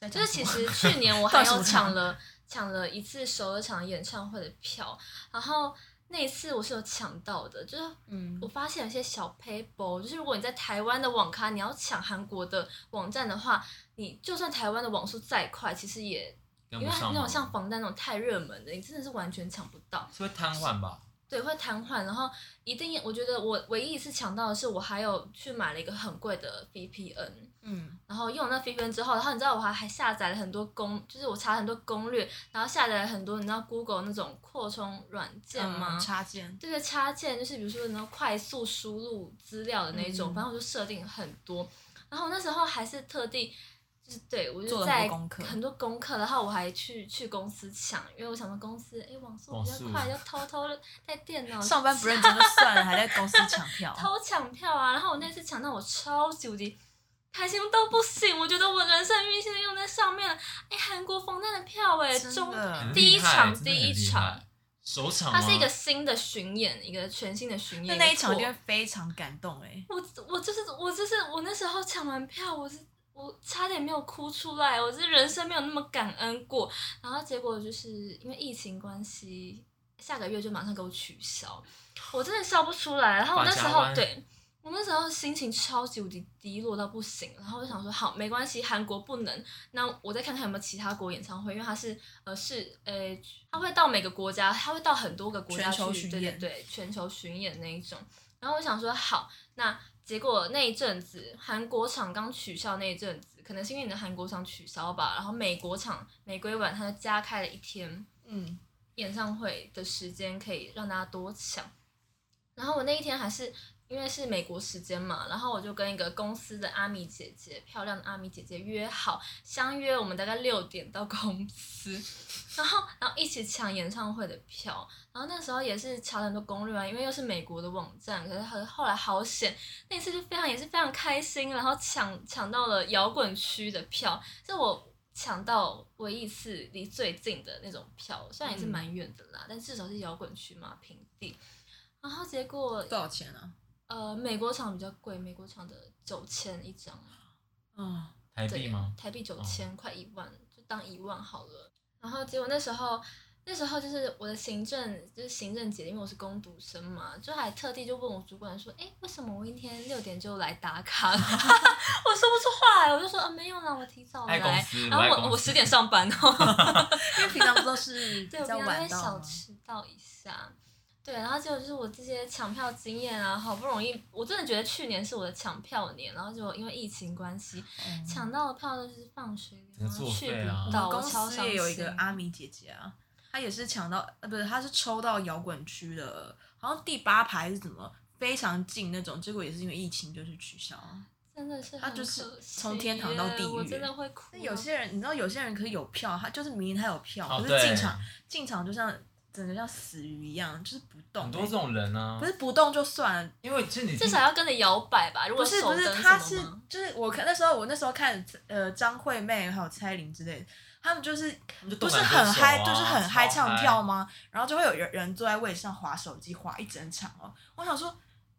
Speaker 4: 在
Speaker 2: 就
Speaker 4: 讲
Speaker 2: 是
Speaker 4: 什
Speaker 2: 其
Speaker 4: 么
Speaker 2: 实去年我还
Speaker 4: 到什
Speaker 2: 有
Speaker 4: 么
Speaker 2: 抢
Speaker 4: 场
Speaker 2: 了抢了一次首尔场演唱会的票，然后那一次我是有抢到的，就是
Speaker 4: 嗯
Speaker 2: 我，发现有些小 paper，就是如果你在台湾的网咖，你要抢韩国的网站的话，你就算台湾的网速再快，其实也
Speaker 5: 跟
Speaker 2: 因为
Speaker 5: 不上哦
Speaker 2: 那
Speaker 5: 吗
Speaker 2: 种？像防弹那种太热门的，你真的是完全抢不到，
Speaker 5: 是会瘫痪吧？
Speaker 2: 对，会瘫痪。然后一定，我觉得我唯一一次抢到的是，我还有去买了一个很贵的 VPN，
Speaker 4: 嗯，
Speaker 2: 然后用了那 VPN 之后，然后你知道我还还下载了很多攻，就是我查了很多攻略，然后下载了很多你知道 Google 那种扩充软件吗？
Speaker 4: 嗯插件，
Speaker 2: 这个插件就是比如说你要快速输入资料的那种，
Speaker 4: 嗯
Speaker 2: 反正我就设定很多。然后我那时候还是特地，就是对我就
Speaker 4: 做了很
Speaker 2: 在
Speaker 4: 多功课
Speaker 2: 很多功课，然后我还去去公司抢，因为我想说公司哎网速比较快，
Speaker 5: 网速
Speaker 2: 就偷偷地在电脑
Speaker 4: 上班不认真就算了，还在公司抢票，
Speaker 2: 偷抢票啊。然后我那次抢到我超级无敌开心到不行，我觉得我人生运气都用在上面了。哎，韩国防弹的票哎，
Speaker 4: 真
Speaker 2: 中
Speaker 4: 的
Speaker 5: 很
Speaker 2: 第一
Speaker 5: 厉害
Speaker 2: 场
Speaker 5: 真的
Speaker 2: 第
Speaker 5: 很
Speaker 2: 一
Speaker 5: 厉
Speaker 2: 场
Speaker 5: 害首场吗，
Speaker 2: 它是一个新的巡演，一个全新的巡
Speaker 4: 那
Speaker 2: 演。
Speaker 4: 那一场
Speaker 2: 个
Speaker 4: 就
Speaker 2: 拓
Speaker 4: 会非常感动哎，
Speaker 2: 我我就是我就是我那时候抢完票，我是我差点没有哭出来，我是人生没有那么感恩过。然后结果就是因为疫情关系，下个月就马上给我取消，我真的笑不出来。然后我那时
Speaker 5: 把家
Speaker 2: 候
Speaker 5: 湾
Speaker 2: 对。我那时候心情超级无敌低落到不行，然后我就想说，好，没关系，韩国不能，那我再看看有没有其他国演唱会，因为它是呃是呃，它会到每个国家，它会到很多个国家
Speaker 4: 全球
Speaker 2: 去
Speaker 4: 巡
Speaker 2: 对对
Speaker 4: 演
Speaker 2: 对，全球巡演那一种。然后我想说，好，那结果那一阵子韩国场刚取消那一阵子，可能是因为你的韩国场取消吧，然后美国场玫瑰晚它就加开了一天
Speaker 4: 嗯，
Speaker 2: 演唱会的时间，可以让大家多抢。然后我那一天还是因为是美国时间嘛，然后我就跟一个公司的阿米姐姐，漂亮的阿米姐姐约好相约，我们大概六点到公司，然后然后一起抢演唱会的票。然后那时候也是查了很多攻略啊，因为又是美国的网站，可是后后来好险，那次就非常也是非常开心，然后抢抢到了摇滚区的票，是我。抢到唯一一次离最近的那种票，虽然也是蛮远的啦，但至少是摇滚区嘛，平地。然后结果
Speaker 4: 多少钱啊？
Speaker 2: 呃，美国场比较贵，美国场的九千一张，啊
Speaker 4: 嗯，
Speaker 5: 台
Speaker 2: 对
Speaker 5: 币吗？哦
Speaker 2: 台币九千，快一万，就当一万好了。然后结果那时候，那时候就是我的行政，就是行政姐，因为我是工读生嘛，就还特地就问我主管说，哎，为什么我一天六点就来打卡了？我 说不出话来，我就说，啊，没有啦，我提早
Speaker 5: 爱公
Speaker 2: 来。
Speaker 5: 司，
Speaker 2: 然
Speaker 5: 爱
Speaker 2: 后
Speaker 5: 公
Speaker 2: 我我
Speaker 5: 司
Speaker 2: 十点上班哦。
Speaker 4: 因为平常不都是比
Speaker 2: 对，我
Speaker 4: 较
Speaker 2: 平常
Speaker 4: 晚
Speaker 2: 会
Speaker 4: 到
Speaker 2: 小
Speaker 4: 吗？
Speaker 2: 迟到一下。对，然后结果就是我这些抢票经验啊，好不容易，我真的觉得去年是我的抢票年，然后就因为疫情关系，
Speaker 4: 嗯
Speaker 2: 抢到的票都是放水
Speaker 5: 真
Speaker 2: 流，然
Speaker 5: 的
Speaker 2: 后
Speaker 5: 作
Speaker 2: 去
Speaker 5: 废
Speaker 2: 不
Speaker 5: 啊
Speaker 2: 到，
Speaker 4: 我
Speaker 2: 我
Speaker 4: 公
Speaker 2: 超
Speaker 4: 司
Speaker 2: 伤
Speaker 4: 也有一个
Speaker 2: 心
Speaker 4: 阿米姐姐啊，她也是抢到，呃，不是，她是抽到摇滚区的，好像第八排是怎么非常近那种，结果也是因为疫情就是取消啊。
Speaker 2: 真的是
Speaker 4: 他
Speaker 2: 很
Speaker 4: 就是
Speaker 2: 可惜
Speaker 4: 从天堂到
Speaker 2: 耶
Speaker 4: 地
Speaker 2: 我
Speaker 4: 狱
Speaker 2: 真的会哭
Speaker 4: 那
Speaker 2: 啊。
Speaker 4: 有些人，你知道，有些人可以有票，他就是明明他有票，
Speaker 5: 哦
Speaker 4: 可
Speaker 5: 对
Speaker 4: 是进场进场就像整个像死鱼一样，就是不动、
Speaker 5: 很多这种人啊
Speaker 4: 不，是不动就算了，
Speaker 5: 因为其实你
Speaker 2: 至少要跟着摇摆吧，如
Speaker 4: 不
Speaker 2: 果
Speaker 4: 是
Speaker 2: 手
Speaker 4: 不是，
Speaker 2: 灯
Speaker 4: 他
Speaker 2: 什
Speaker 4: 是
Speaker 2: 么吗
Speaker 4: 就是我看那时候我那时候看呃张惠妹还有蔡依林之类的，他们就是
Speaker 5: 他们就
Speaker 4: 不
Speaker 5: 动
Speaker 4: 是
Speaker 5: 感
Speaker 4: 很
Speaker 5: 歌手
Speaker 4: 嗨，
Speaker 5: 啊
Speaker 4: 就是很嗨
Speaker 5: 超
Speaker 4: 唱跳吗？然后就会有人人坐在位置上划手机划一整场哦。我想说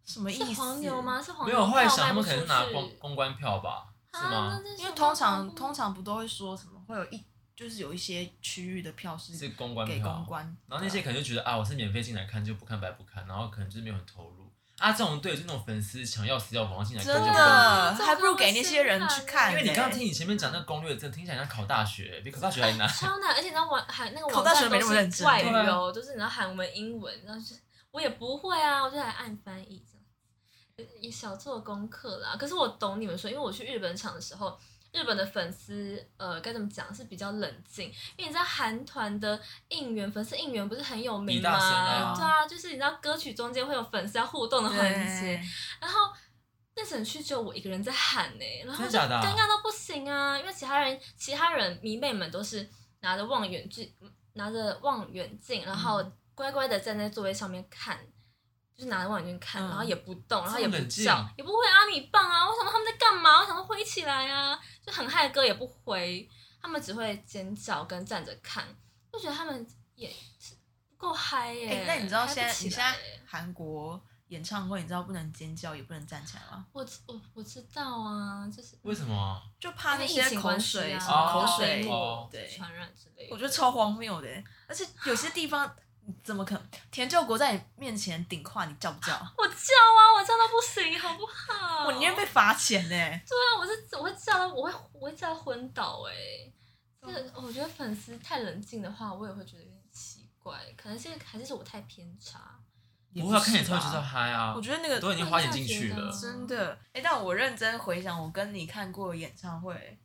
Speaker 4: 什么意思？
Speaker 2: 是黄牛？吗？是黄
Speaker 5: 没
Speaker 2: 牛
Speaker 5: 有，后来
Speaker 2: 票
Speaker 5: 想
Speaker 2: 卖
Speaker 5: 他
Speaker 2: 不
Speaker 5: 们
Speaker 2: 出
Speaker 5: 可能
Speaker 2: 去
Speaker 5: 是拿公公关票吧，是
Speaker 2: 啊
Speaker 5: 吗？
Speaker 2: 那这
Speaker 4: 因为
Speaker 2: 什
Speaker 4: 通
Speaker 2: 么
Speaker 4: 常
Speaker 2: 公
Speaker 4: 通常不都会说什么会有一就是有一些区域的票是
Speaker 5: 是公关
Speaker 4: 给
Speaker 5: 票，
Speaker 4: 公关，
Speaker 5: 然后那些可能就觉得啊，我是免费进来看，就不看白不看，然后可能就是没有很投入啊。这种对，就那种粉丝抢要死要活然后进来
Speaker 4: 真
Speaker 5: 看就不看。
Speaker 4: 的
Speaker 2: 这
Speaker 4: 还不如给那些人去看、
Speaker 5: 哎因为你刚刚听你前面讲那个攻略，真的听起来像考大学，欸比考大学还
Speaker 4: 啊
Speaker 5: 难。
Speaker 2: 超难，而且那网还那个
Speaker 4: 考
Speaker 2: 网
Speaker 4: 大学
Speaker 2: 站
Speaker 4: 没那
Speaker 2: 都
Speaker 4: 么认
Speaker 2: 是
Speaker 4: 真
Speaker 2: 外语
Speaker 5: 对
Speaker 2: 哦，都是你要韩文、英文，然后就是我也不会啊，我就来按翻译这样，也小做功课啦。可是我懂你们说，因为我去日本场的时候，日本的粉丝，呃，该怎么讲是比较冷静，因为你知道韩团的应援粉丝应援不是很有名
Speaker 5: 李
Speaker 2: 吗？
Speaker 5: 大神啊
Speaker 2: 对啊，就是你知道歌曲中间会有粉丝要互动的环节，
Speaker 4: 对
Speaker 2: 然后那整区只有我一个人在喊呢、然后
Speaker 5: 真的
Speaker 2: 就
Speaker 5: 假的啊
Speaker 2: 尴尬到不行啊！因为其他人其他人迷妹们都是拿着望远镜，拿着望远镜，
Speaker 5: 嗯
Speaker 2: 然后乖乖的站在座位上面看。就是拿着望远镜看，
Speaker 4: 嗯
Speaker 2: 然后也不动，然后也
Speaker 5: 这么
Speaker 2: 不
Speaker 5: 冷静
Speaker 2: 叫，也不挥阿米棒啊！我想说他们在干嘛？我想说挥起来啊！就很嗨的歌也不挥，他们只会尖叫跟站着看，就觉得他们也是不够嗨耶、
Speaker 4: 哎、那你知
Speaker 2: 嗨
Speaker 4: 道
Speaker 2: 不
Speaker 4: 现在
Speaker 2: 起
Speaker 4: 你现
Speaker 2: 来
Speaker 4: 在
Speaker 2: 耶
Speaker 4: 韩国演唱会，你知道不能尖叫，也不能站起来吗？
Speaker 2: 我知我我知道啊，就是
Speaker 5: 为什么啊？
Speaker 4: 就怕那
Speaker 2: 因为疫
Speaker 4: 些
Speaker 2: 情
Speaker 4: 口
Speaker 2: 关系
Speaker 4: 水、
Speaker 2: 啊
Speaker 4: 什么口
Speaker 5: 哦
Speaker 4: 水，
Speaker 5: 哦
Speaker 4: 对
Speaker 2: 传染之类的。
Speaker 4: 我觉得超荒谬的。而且有些地方怎么可能？田救国在你面前顶胯，你叫不叫？
Speaker 2: 我叫啊，我叫到不行，好不好？
Speaker 4: 我宁愿被罚钱呢。
Speaker 2: 对啊，我是我会叫到，我会我会叫到昏倒哎、这
Speaker 4: 嗯
Speaker 2: 我觉得粉丝太冷静的话，我也会觉得有点奇怪，可能现在还是我太偏差。
Speaker 5: 不会啊看演唱会就
Speaker 4: 也不
Speaker 5: 是
Speaker 4: 是
Speaker 5: 要
Speaker 4: 吧
Speaker 5: 嗨啊！
Speaker 4: 我觉得那个
Speaker 5: 都已经花钱进去了，
Speaker 4: 真的，哎、但我认真回想，我跟你看过的演唱会，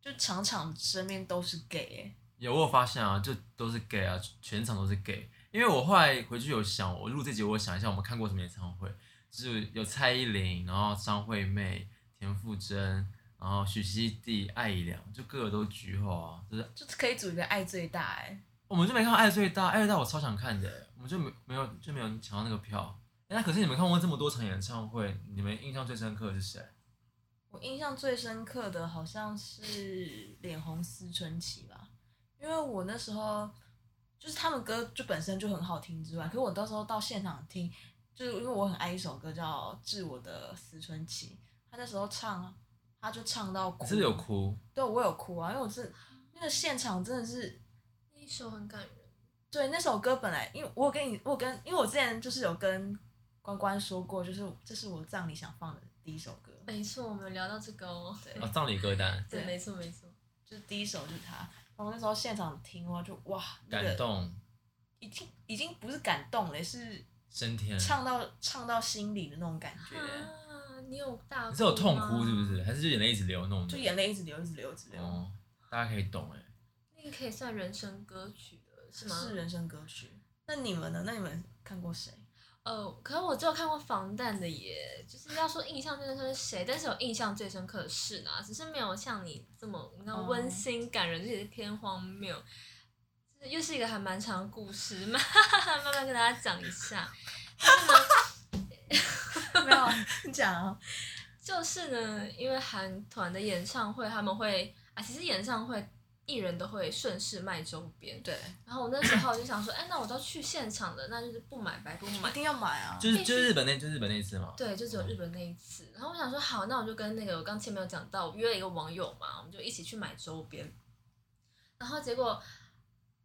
Speaker 4: 就场场身边都是 gay，
Speaker 5: 有我有发现啊，就都是 gay 啊，全场都是 gay。因为我后来回去有想，我录这集我有想一下，我们看过什么演唱会，就是有蔡依林，然后张惠妹、田馥甄，然后许熙娣、艾怡良，就个个都居后啊。就是
Speaker 4: 哎就是可以组一个爱最大哎、
Speaker 5: 我们就没看到爱最大，爱最大我超想看的，欸我们就没没有就没有抢到那个票。哎那可是你们看过这么多场演唱会，你们印象最深刻的是谁？
Speaker 4: 我印象最深刻的好像是脸红思春期吧，因为我那时候就是他们歌就本身就很好听之外，可是我到时候到现场听，就是因为我很爱一首歌叫《致我的思春期》，他那时候唱，他就唱到哭，
Speaker 5: 你是不是有哭？
Speaker 4: 对，我有哭啊，因为我是那个现场真的是，
Speaker 2: 那一首很感人，
Speaker 4: 对那首歌本来，因为我有跟你，我有跟，因为我之前就是有跟关关说过，就是这是我葬礼想放的第一首歌，
Speaker 2: 没错，我们有聊到这个哦。对
Speaker 5: 啊，葬礼歌单，
Speaker 2: 对，
Speaker 4: 对
Speaker 2: 没错没错。
Speaker 4: 就是第一首就是它。然后那时候现场听哦，就哇，那
Speaker 5: 感
Speaker 4: 个
Speaker 5: 动，
Speaker 4: 已经已经不是感动了，是
Speaker 5: 升天。
Speaker 4: 唱到唱到心里的那种感觉，
Speaker 2: 啊，你有大哭吗？
Speaker 5: 你是有痛哭是不是？还是就眼泪一直流那种？
Speaker 4: 就眼泪一直流，一直流，一直流，
Speaker 5: 哦，大家可以懂哎。
Speaker 2: 那个可以算人生歌曲了，是吗？
Speaker 4: 是人生歌曲。那你们呢？那你们看过谁？
Speaker 2: 呃，可是我只有看过防弹的耶，就是要说印象最深刻是谁，但是有印象最深刻的事呢，只是没有像你这么你知道
Speaker 4: 哦
Speaker 2: 温馨感人，就是偏荒谬，就是又是一个还蛮长的故事， 慢慢慢跟大家讲一下。就是呢，
Speaker 4: 没有啊， 你讲啊。
Speaker 2: 就是呢，因为韩团的演唱会他们会啊，其实演唱会艺人都会顺势卖周边，
Speaker 4: 对，
Speaker 2: 然后我那时候就想说，哎，那我都去现场了，那就是不买白不买
Speaker 4: 一。定要买
Speaker 2: 哦
Speaker 4: 啊！
Speaker 5: 就是就是日本那，就是日本那一次嘛。
Speaker 2: 对，就只有
Speaker 4: 嗯
Speaker 2: 日本那一次。然后我想说，好，那我就跟那个我刚前面有讲到，我约了一个网友嘛，我们就一起去买周边。然后结果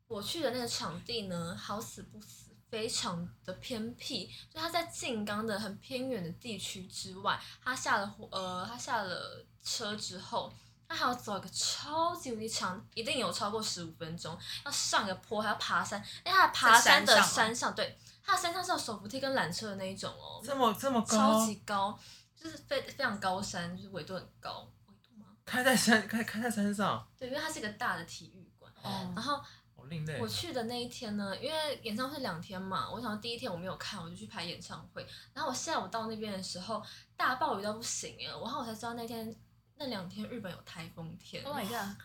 Speaker 2: 我去的那个场地呢，好死不死，非常的偏僻，就它在静冈的很偏远的地区之外。他下了火呃，他下了车之后，他还要走一个超级无敌长，一定有超过十五分钟，要上一个坡，还要爬山。哎，他的爬
Speaker 4: 在
Speaker 2: 山
Speaker 4: 山
Speaker 2: 的
Speaker 4: 上
Speaker 2: 山
Speaker 4: 吗
Speaker 2: 上对，他的山上是有手扶梯跟缆车的那一种哦。
Speaker 5: 这么这么
Speaker 2: 超
Speaker 5: 高，
Speaker 2: 级高，就是非非常高山，就是纬度很高，纬度吗？
Speaker 5: 开在山开开在山上，
Speaker 2: 对，因为它是一个大的体育馆。
Speaker 4: 哦
Speaker 2: 然后
Speaker 5: 好另类。
Speaker 2: 我去的那一天呢，因为演唱会两天嘛，我想第一天我没有看，我就去排演唱会。然后我下午到那边的时候，大暴雨到不行哎，然后我才知道那天那两天日本有台风天。
Speaker 4: Oh my god！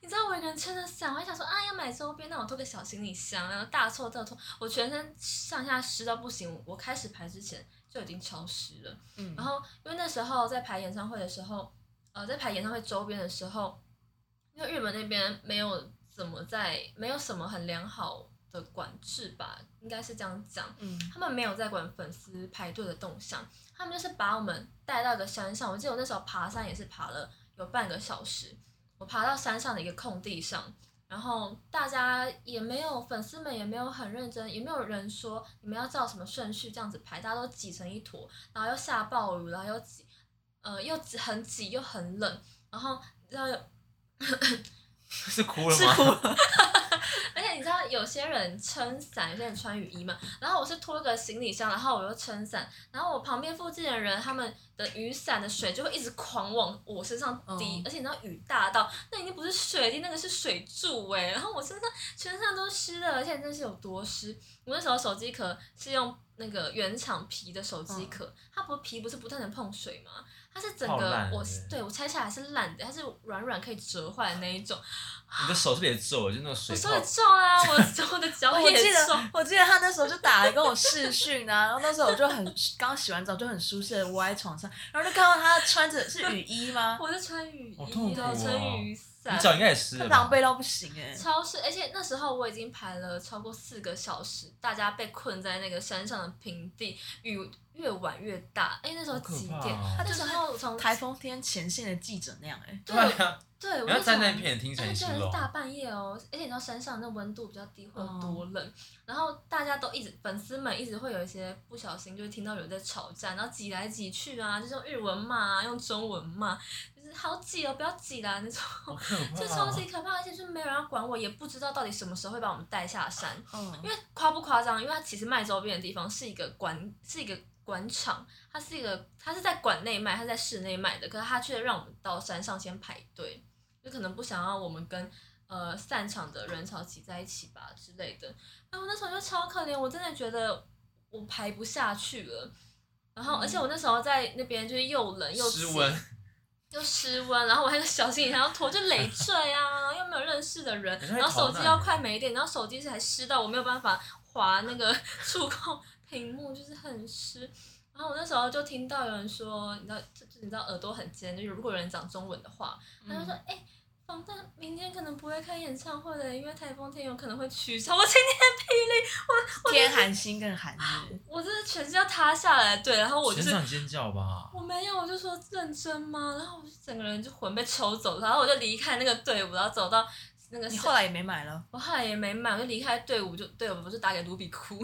Speaker 2: 你知道我一个人撑着伞，我还想说啊要买周边，那我拖个小行李箱，然后大错特错，我全身上下湿到不行。我开始排之前就已经超湿了。
Speaker 4: 嗯
Speaker 2: 然后因为那时候在排演唱会的时候，呃，在排演唱会周边的时候，因为日本那边没有怎么在，没有什么很良好的管制吧，应该是这样讲。
Speaker 4: 嗯，
Speaker 2: 他们没有在管粉丝排队的动向，他们就是把我们带到一个山上。我记得我那时候爬山也是爬了有半个小时，我爬到山上的一个空地上，然后大家也没有粉丝们也没有很认真，也没有人说你们要照什么顺序这样子排，大家都挤成一坨，然后又下暴雨，然后又挤，呃，又挤很挤又很冷，然后然后有
Speaker 5: 是哭了
Speaker 4: 是
Speaker 5: 吗？
Speaker 4: 哭了，
Speaker 2: 而且且你知道有些人撑伞，有些人穿雨衣嘛。然后我是拖个行李箱，然后我又撑伞，然后我旁边附近的人他们的雨伞的水就会一直狂往我身上滴，
Speaker 5: 哦
Speaker 4: 嗯
Speaker 2: 而且你知道雨大到那已经不是水滴，那个是水柱哎、然后我身上全身都湿的，而且真是有多湿。我那时候手机壳是用那个原厂皮的手机壳，它不皮不是不太能碰水吗？它是整
Speaker 5: 嗯泡
Speaker 2: 个
Speaker 5: 烂了
Speaker 2: 我
Speaker 5: 对不对
Speaker 2: 对我拆下来是烂的，它是软软可以折坏的那一种。
Speaker 5: 你的手是不是也皱了？就那种水
Speaker 2: 我
Speaker 5: 泡
Speaker 2: 手。也重啊， 我我的脚
Speaker 4: 哦我
Speaker 2: 也
Speaker 4: 记
Speaker 2: 重
Speaker 4: 得，我记得他那时候就打来跟我视讯啊，然后那时候我就很刚洗完澡就很舒适的窝在床上，然后就看到他穿着是雨衣吗？
Speaker 2: 我在穿雨
Speaker 5: 好痛
Speaker 2: 衣，
Speaker 5: 苦
Speaker 2: 然后
Speaker 5: 哦
Speaker 2: 撑雨伞
Speaker 5: 你，脚应该也湿
Speaker 4: 他
Speaker 5: 了
Speaker 4: 狼
Speaker 5: 吧？
Speaker 4: 狈到不行哎、
Speaker 2: 超市，而且那时候我已经排了超过四个小时，大家被困在那个山上的平地，雨越晚越大。哎，那时候
Speaker 5: 好可
Speaker 2: 几
Speaker 5: 怕
Speaker 2: 点？
Speaker 5: 哦
Speaker 2: 那时候从
Speaker 4: 台风天前线的记者那样哎、
Speaker 2: 对
Speaker 5: 啊，
Speaker 2: 对，我
Speaker 5: 你要
Speaker 2: 就
Speaker 5: 站那
Speaker 2: 想
Speaker 5: 片听起
Speaker 2: 而
Speaker 5: 来
Speaker 2: 且
Speaker 5: 很失
Speaker 2: 居哎然是
Speaker 5: 落。
Speaker 2: 大半夜哦，而且你知道山上那温度比较低，会有多冷？然后大家都一直，粉丝们一直会有一些不小心就会听到有人在吵架，然后挤来挤去啊，就是用日文骂、啊，用中文骂，就是好挤哦，不要挤啦那种，
Speaker 5: 好可怕哦
Speaker 2: 就超级可怕，而且就没有人要管我，也不知道到底什么时候会把我们带下山。因
Speaker 4: 嗯，
Speaker 2: 为夸不夸张？因为它其实卖周边的地方是一个馆，是一个馆场，它是一个，它是在馆内卖，它是在室内卖的，可是它却让我们到山上先排队，就可能不想要我们跟呃散场的人潮挤在一起吧之类的。哎，我那时候就超可怜，我真的觉得我排不下去了。然后，而且我那时候在那边就是又冷又
Speaker 5: 湿
Speaker 2: 挤
Speaker 5: 温，
Speaker 2: 又湿温， 然后我还有小行李箱要拖，就累赘啊， 然后又没有认识的人，
Speaker 5: 你在
Speaker 2: 然后手
Speaker 5: 逃
Speaker 2: 机
Speaker 5: 难
Speaker 2: 要
Speaker 5: 欸
Speaker 2: 快没电，然后手机还湿到我没有办法滑那个 触控屏幕，就是很湿。然后我那时候就听到有人说，你知道，就就你知道耳朵很尖，就是如果有人讲中文的话，他
Speaker 4: 嗯
Speaker 2: 就说，
Speaker 5: 嗯
Speaker 2: 哎、防弹明天可能不会开演唱会的，因为台风天有可能会取消。我今天
Speaker 4: 天寒心更寒日，
Speaker 2: 霹雳，我真的全身要塌下来。对，然后我就
Speaker 5: 全
Speaker 2: 是
Speaker 5: 场尖叫吧！
Speaker 2: 我没有，我就说认真吗？然后我就整个人就魂被抽走，然后我就离开那个队伍，然后走到那个
Speaker 4: 你后来也没买 了，
Speaker 2: 我后来也没买，我就离开队伍，就队伍我就打给卢比哭，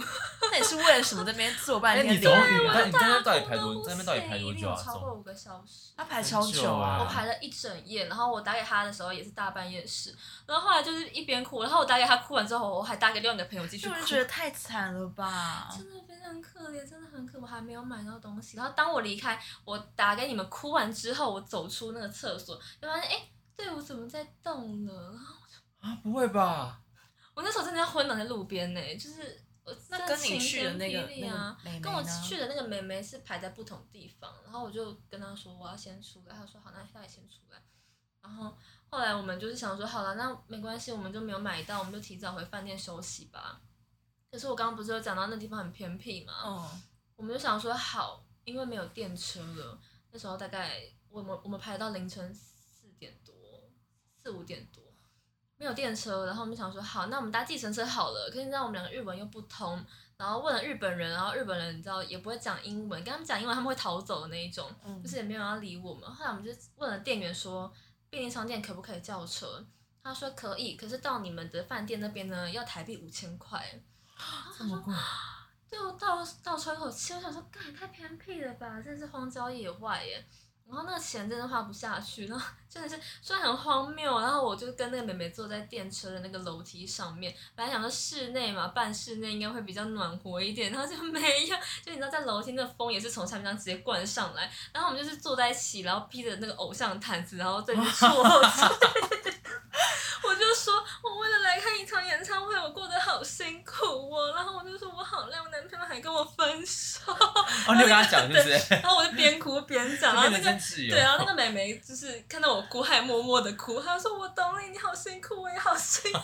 Speaker 4: 那你是为了什么在那边坐半
Speaker 5: 哎，
Speaker 4: 天
Speaker 5: 你
Speaker 4: 淋
Speaker 5: 怎么
Speaker 4: 雨
Speaker 5: 你
Speaker 4: 啊？
Speaker 5: 在你在那到底排多？
Speaker 2: 我
Speaker 5: 你在那
Speaker 2: 不
Speaker 5: 边到底
Speaker 2: 行
Speaker 5: 排多
Speaker 2: 一定
Speaker 5: 久
Speaker 2: 有
Speaker 5: 啊？
Speaker 2: 超过
Speaker 5: 总
Speaker 2: 五个小时。
Speaker 4: 他排超久啊，
Speaker 5: 很久
Speaker 2: 我
Speaker 5: 啊
Speaker 2: 排了一整夜，然后我打给他的时候也是大半夜是，然后后来就是一边哭，然后我打给他哭完之后，我还打给另外一个朋友继续
Speaker 4: 就
Speaker 2: 哭
Speaker 4: 我，就觉得太惨了吧。
Speaker 2: 真的非常可怜，真的很可怜，我还没有买到东西。然后当我离开，我打给你们哭完之后，我走出那个厕所，就发现哎，队伍怎么在动了？然后
Speaker 5: 啊，不会吧？
Speaker 2: 我那时候真的要昏倒在路边呢、就是我
Speaker 4: 那
Speaker 2: 真
Speaker 4: 跟你
Speaker 2: 晴
Speaker 4: 去的
Speaker 2: 天
Speaker 4: 那个
Speaker 2: 霹雳
Speaker 4: 那个
Speaker 2: 啊
Speaker 4: 妹妹
Speaker 2: 跟我
Speaker 4: 呢
Speaker 2: 去的那个妹妹是排在不同地方，然后我就跟她说我要先出来，她说好，那现在先出来。然后后来我们就是想说，好了，那没关系，我们就没有买到，我们就提早回饭店休息吧。可是我刚刚不是有讲到那地方很偏僻嘛，
Speaker 4: 嗯，
Speaker 2: 我们就想说好，因为没有电车了，那时候大概我们我们排到凌晨四点多，四五点多，没有电车，然后我们想说好，那我们搭计程车好了。可是你知道我们两个日文又不通，然后问了日本人，然后日本人你知道也不会讲英文，跟他们讲英文他们会逃走的那一种，
Speaker 4: 嗯
Speaker 2: 就是也没有人要理我们。后来我们就问了店员说，便利商店可不可以叫车？他说可以，可是到你们的饭店那边呢，要台币五千块。
Speaker 4: 这么贵，
Speaker 2: 对我倒倒抽一口气，我想说，干也太偏僻了吧，真的是荒郊野外耶。然后那个钱真的花不下去，然后 真的是虽然很荒谬，然后我就跟那个妹妹坐在电车的那个楼梯上面，本来想说室内嘛，半室内应该会比较暖和一点，然后就没有，就你知道在楼梯那个风也是从下面这样直接灌上来，然后我们就是坐在一起，然后披着那个偶像毯子，然后在那边 戳我就说，我为了来看一场演唱会，我过得好辛苦哦。然后我就说我好累，我男朋友还跟我分手。
Speaker 5: 哦，你有跟他讲是不是？
Speaker 2: 然后我就边哭边讲，然后
Speaker 5: 变
Speaker 2: 那
Speaker 5: 成真
Speaker 2: 个
Speaker 5: 挚
Speaker 2: 对，啊然
Speaker 5: 友。
Speaker 2: 后那个妹妹就是看到我哭，还默默的哭，她说我懂你，你好辛苦，我也好辛 苦，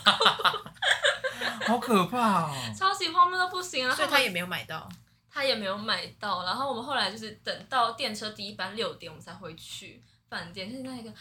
Speaker 5: 好可怕哦！
Speaker 2: 超级荒谬到不行。啊然后
Speaker 4: 所以他也没有买到。
Speaker 2: 他也没有买到。然后我们后来就是等到电车第一班六点，我们才回去饭店。就是那一个，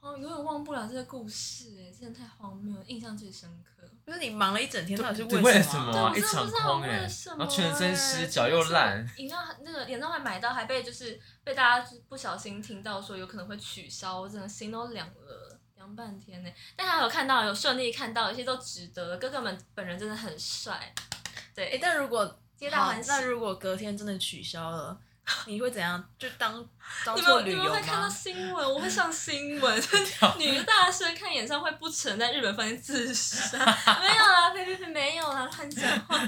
Speaker 2: 我永远忘不了这个故事、哎，真的太荒谬了，印象最深刻。
Speaker 4: 就是你忙了一整天，到底是
Speaker 5: 对
Speaker 4: 为
Speaker 5: 为了
Speaker 4: 什
Speaker 5: 什
Speaker 4: 么
Speaker 5: 么
Speaker 2: 对，
Speaker 5: 啊
Speaker 2: 我
Speaker 5: 哇
Speaker 2: 真
Speaker 5: 一
Speaker 2: 的
Speaker 5: 场
Speaker 2: 不知道
Speaker 5: 空
Speaker 2: 为
Speaker 5: 哎
Speaker 2: 了什么、欸，
Speaker 5: 然后全身湿脚又烂。
Speaker 2: 饮料那个演唱会买到，还被就是被大家就是不小心听到说有可能会取消，我整个心都凉了，凉半天呢、但还有看到有顺利看到，有些都值得。哥哥们本人真的很帅，
Speaker 4: 哎
Speaker 2: 对，，
Speaker 4: 但如果
Speaker 2: 皆大
Speaker 4: 好
Speaker 2: 欢喜
Speaker 4: 那如果隔天真的取消了，你会怎样？就当当
Speaker 2: 你
Speaker 4: 做
Speaker 2: 们
Speaker 4: 旅
Speaker 2: 你们
Speaker 4: 游
Speaker 2: 会看到
Speaker 4: 吗？
Speaker 2: 新闻，我会上新闻， 女大生看演唱会不成，在日本发现自杀，没有啦，呸呸呸，没有啦，乱讲话，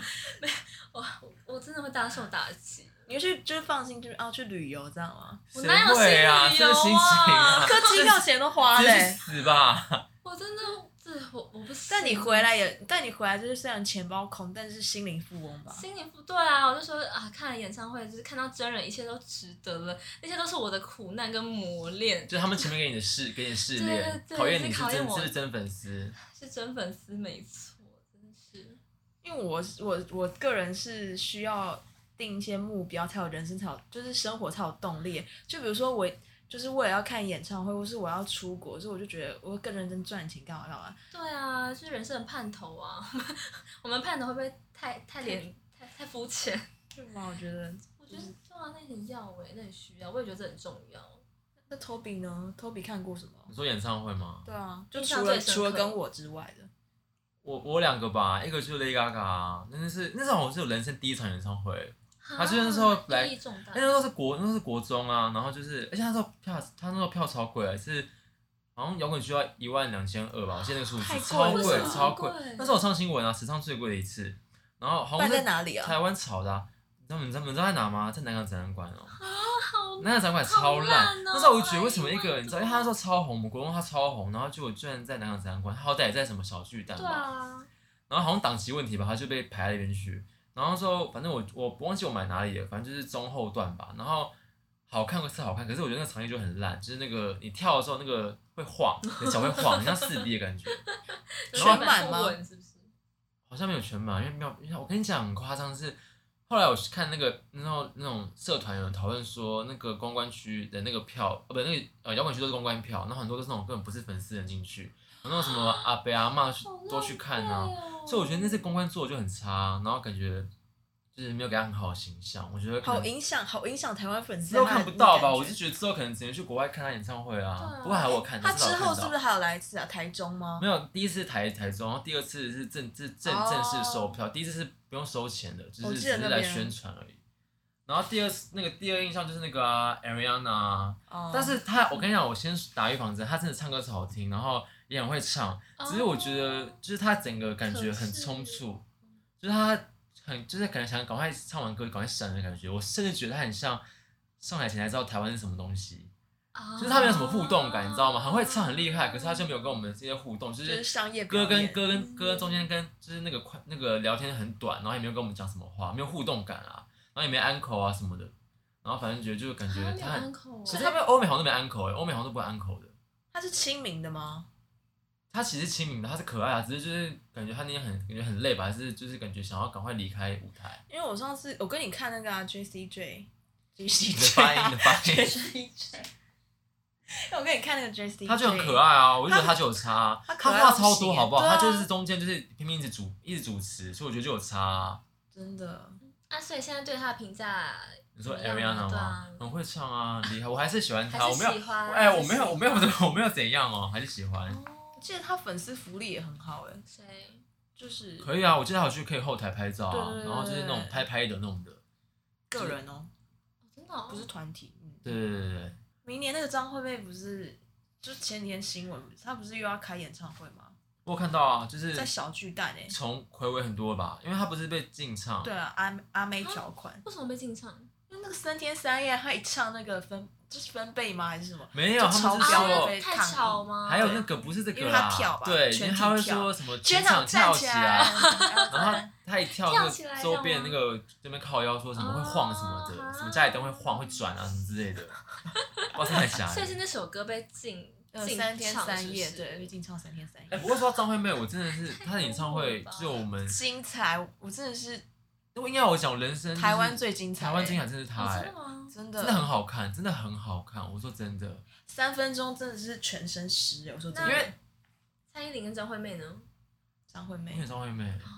Speaker 2: 没，我我真的会大受打击，
Speaker 4: 你会去就是放心，就是啊去旅游这样 吗？
Speaker 2: 我
Speaker 5: 谁
Speaker 2: 哪有心
Speaker 5: 会啊？
Speaker 2: 旅
Speaker 5: 这
Speaker 2: 游
Speaker 5: 心情啊
Speaker 2: 啊？
Speaker 4: 可机票钱都花欸
Speaker 5: 直
Speaker 4: 嘞、
Speaker 5: 接去死吧！
Speaker 2: 我真的这我我不行。
Speaker 4: 但你回来也，但你回来就是虽然钱包空，但是心灵富翁吧。
Speaker 2: 心里不对啊，我就说啊，看了演唱会，就是看到真人，一切都值得了，那些都是我的苦难跟磨练，
Speaker 5: 就他们前面给你的试，给你试炼，
Speaker 2: 对对对
Speaker 5: 考验你
Speaker 2: 是
Speaker 5: 是
Speaker 2: 考验
Speaker 5: 真
Speaker 2: 我
Speaker 5: 是不是真粉丝。
Speaker 2: 是真粉丝没错，真的是。
Speaker 4: 因为我我我个人是需要定一些目标，才有人生才有，就是生活才有动力。就比如说我就是为了要看演唱会，或是我要出国，所以我就觉得我会更认真赚钱，干嘛干嘛。
Speaker 2: 对啊，就是人生的盼头啊， 我们盼头会不会太太脸太太肤浅？
Speaker 4: 是吗？我觉得。
Speaker 2: 我觉得
Speaker 5: 嗯
Speaker 2: 对啊，那很要哎、那很需要，我也觉得这很重要。
Speaker 4: 那 Toby 呢？Toby 看过什么？
Speaker 5: 你说演唱会吗？
Speaker 4: 对啊，就
Speaker 2: 印
Speaker 4: 除
Speaker 2: 象
Speaker 4: 了
Speaker 2: 最深刻
Speaker 4: 除了跟我之外的，
Speaker 5: 我我两个吧，一个就是 Lady Gaga，啊那是那时候我是我人生第一场演唱会，他就是那时候
Speaker 2: 啊
Speaker 5: 来
Speaker 2: 意义重大
Speaker 5: 那，时候是国那时候是国中啊，然后就是而且那时候票他那时候票超贵，啊是好像摇滚区要一万两千二吧，我记得那个数
Speaker 4: 太
Speaker 5: 字
Speaker 4: 贵
Speaker 5: 超
Speaker 4: 为
Speaker 5: 贵
Speaker 4: 什么
Speaker 5: 超
Speaker 2: 贵
Speaker 5: 贵，那时候我上新闻啊，史上最贵的一次，然后好像
Speaker 4: 办在
Speaker 5: 是
Speaker 4: 哪里啊？
Speaker 5: 台湾炒的、啊，你知道你知道你知道在哪吗？在南港展览馆哦。
Speaker 2: 好
Speaker 5: 那个展馆超
Speaker 2: 好烂
Speaker 5: 烂
Speaker 2: 哦，
Speaker 5: 那时候我就觉得为什么一
Speaker 2: 哎
Speaker 5: 个
Speaker 2: 呀
Speaker 5: 你知道，因为他那时候超红，我们国中他超红，然后结果居然在南港展览馆，他好歹也在什么小巨蛋
Speaker 2: 对
Speaker 5: 吧，
Speaker 2: 啊，
Speaker 5: 然后好像档期问题吧，他就被排到那边去。然后之后反正我我不忘记我买哪里了，反正就是中后段吧。然后好看是好看，可是我觉得那个场景就很烂，就是那个你跳的时候那个会晃，你的脚会晃，很像四 D 的感觉。
Speaker 4: 全满吗
Speaker 2: 有点不稳是不是？
Speaker 5: 好像没有全满，因为没有，因为我跟你讲很夸张是，后来我去看那个那种那种社团有人讨论说，那个公关区的那个票，呃，不，那个呃摇滚区都是公关票，然后很多都是那种根本不是粉丝人进去，有那种什么阿伯阿嬷去
Speaker 2: 好浪
Speaker 5: 都去看啊
Speaker 2: 费，哦
Speaker 5: 所以我觉得那次公关做的就很差，然后感觉就是没有给他很好的形象，我觉得可
Speaker 4: 好啊
Speaker 5: 能
Speaker 4: 影响，好影响台湾粉丝。
Speaker 5: 之后看不到吧，我是
Speaker 4: 是
Speaker 5: 觉得之后可能只能去国外看他演唱会
Speaker 2: 对
Speaker 5: 啊
Speaker 2: 啊，
Speaker 5: 不过还有我看，
Speaker 4: 他
Speaker 5: 至少
Speaker 4: 之
Speaker 5: 有
Speaker 4: 后
Speaker 5: 看
Speaker 4: 是
Speaker 5: 到
Speaker 4: 不是还有来一次啊？台中吗？
Speaker 5: 没有，第一次台台中，然后第二次是正正正
Speaker 4: 哦
Speaker 5: 正式售票，第一次是不用收钱的，只
Speaker 4: 我
Speaker 5: 是只
Speaker 4: 记得
Speaker 5: 是
Speaker 4: 那
Speaker 5: 来
Speaker 4: 边
Speaker 5: 宣传而已。然后第二次那个第二印象就是那个啊 Ariana，啊、
Speaker 4: 哦
Speaker 5: 但是她我跟你讲，我先打预防针，她真的唱歌是好听，然后也很会唱，
Speaker 2: 哦
Speaker 5: 只是我觉
Speaker 4: 哦
Speaker 5: 得就是她整个感觉很冲促，就是她很就是感觉想赶快唱完歌赶快闪的感觉，我甚至觉得她很像上海前才知道台湾是什么东西，
Speaker 2: 哦
Speaker 5: 就是她没有什么互动感，你知道吗？很会唱很厉害，可是她就没有跟我们这些互动，
Speaker 4: 就是商业表
Speaker 5: 歌
Speaker 4: 演
Speaker 5: 跟
Speaker 4: 嗯
Speaker 5: 歌跟歌中间跟就是那个快那个聊天很短，然后也没有跟我们讲什么话，没有互动感啊，然后也没安口啊什么的，然后反正觉得就是感觉
Speaker 2: 啊没有
Speaker 5: 他很，
Speaker 2: 安口哦
Speaker 5: 可是他们欧美好像都没安口哎、欧美好像都不会安口的。
Speaker 4: 他是亲民的吗？
Speaker 5: 他其实亲民的，他是可爱啊，只是就是感觉他那天很感觉很累吧，还是就是感觉想要赶快离开舞台。
Speaker 4: 因为我上次我跟你看那个啊 J C J J
Speaker 5: 你
Speaker 4: C
Speaker 5: 的
Speaker 4: J，
Speaker 5: 发音，你的 发音，
Speaker 4: 我跟你看那个 J C，
Speaker 5: 他就很可，爱啊，我就觉得
Speaker 4: 他
Speaker 5: 他就有差、啊，
Speaker 4: 他
Speaker 5: 他
Speaker 4: 可爱
Speaker 5: 话
Speaker 4: 到不
Speaker 5: 超
Speaker 4: 行
Speaker 5: 多
Speaker 4: 欸
Speaker 5: 好不好？
Speaker 4: 对啊
Speaker 5: 他就是中间就是偏偏一直主一直主持，所以我觉得就有差、啊。
Speaker 4: 真的。
Speaker 2: 啊，所以现在对他的评价
Speaker 5: 你说
Speaker 2: 怎么样啊
Speaker 5: Ariana
Speaker 2: 对
Speaker 5: 吗
Speaker 2: 啊？
Speaker 5: 很会唱啊，很厉害，我还是喜欢她，
Speaker 2: 还
Speaker 5: 我
Speaker 2: 是
Speaker 5: 没有
Speaker 2: 喜，欢
Speaker 5: 哎，我没
Speaker 2: 还是喜
Speaker 5: 有，
Speaker 2: 欢
Speaker 5: 我没有，我没有怎样哦，还是喜欢。
Speaker 2: 哦
Speaker 4: 我记得他粉丝福利也很好哎、
Speaker 2: 谁？
Speaker 4: 就是
Speaker 5: 可以啊，我记得好去可以后台拍照啊
Speaker 4: 对对，对
Speaker 5: 然后就是那种拍拍的那种的，
Speaker 4: 个人哦、
Speaker 2: 哦真的哦
Speaker 4: 不是团体。嗯，
Speaker 5: 对对对对，
Speaker 4: 明年那个张惠妹不是，就前几天新闻，她不是又要开演唱会吗？
Speaker 5: 我有看到啊，就是
Speaker 4: 在小巨蛋哎、
Speaker 5: 从暌违很多吧，因为她不是被禁唱，
Speaker 4: 对啊，阿阿妹条款，
Speaker 2: 为什么被禁唱？
Speaker 4: 因为那个三天三夜，她一唱那个分就是分贝吗还是什么？
Speaker 5: 没有，他
Speaker 4: 就
Speaker 5: 们
Speaker 4: 超
Speaker 5: 是
Speaker 4: 标
Speaker 5: 说
Speaker 4: 了被
Speaker 2: 啊太
Speaker 4: 抗议
Speaker 2: 吵吗？
Speaker 5: 还有那个不是这
Speaker 4: 啊因
Speaker 5: 个
Speaker 4: 为她
Speaker 5: 啦
Speaker 4: 跳吧，
Speaker 5: 对，因
Speaker 4: 全
Speaker 5: 为
Speaker 4: 体
Speaker 5: 他会
Speaker 4: 跳
Speaker 5: 说什么
Speaker 4: 全
Speaker 5: 场
Speaker 4: 场
Speaker 5: 跳
Speaker 4: 站
Speaker 5: 起
Speaker 4: 起
Speaker 5: 来 啊， 然后
Speaker 4: 来，
Speaker 5: 他一跳，
Speaker 2: 跳
Speaker 5: 那
Speaker 2: 起来
Speaker 5: 个
Speaker 2: 这
Speaker 5: 周
Speaker 2: 样
Speaker 5: 边
Speaker 2: 吗
Speaker 5: 那个这边靠腰说什么会晃什么
Speaker 2: 啊
Speaker 5: 的，什么家里灯会晃、会转啊什么之类的，不知道是太吓
Speaker 2: 所以是
Speaker 5: 人。
Speaker 2: 那首歌被禁
Speaker 4: 呃，
Speaker 2: 禁
Speaker 4: 三天
Speaker 2: 唱是
Speaker 4: 三
Speaker 2: 不
Speaker 4: 夜，
Speaker 2: 是
Speaker 4: 对，被禁唱三天三
Speaker 5: 哎，
Speaker 4: 夜，
Speaker 5: 不过说到张惠妹，我真的是她的演唱会，
Speaker 2: 太
Speaker 5: 就是我们，
Speaker 4: 精彩！我真的是
Speaker 5: 如果硬要我讲，我人生就是
Speaker 4: 台湾最精彩，
Speaker 5: 台湾精彩，真的是她，
Speaker 2: 哦真
Speaker 5: 哎
Speaker 2: 的，吗？
Speaker 4: 真的
Speaker 5: 真的很好看，真的很好看。我说真的，
Speaker 4: 三分钟真的是全身湿哎，我说真的，
Speaker 2: 那蔡依林跟张惠妹呢？
Speaker 4: 张惠
Speaker 5: 因为
Speaker 4: 妹，
Speaker 5: 张惠妹，
Speaker 2: 哦，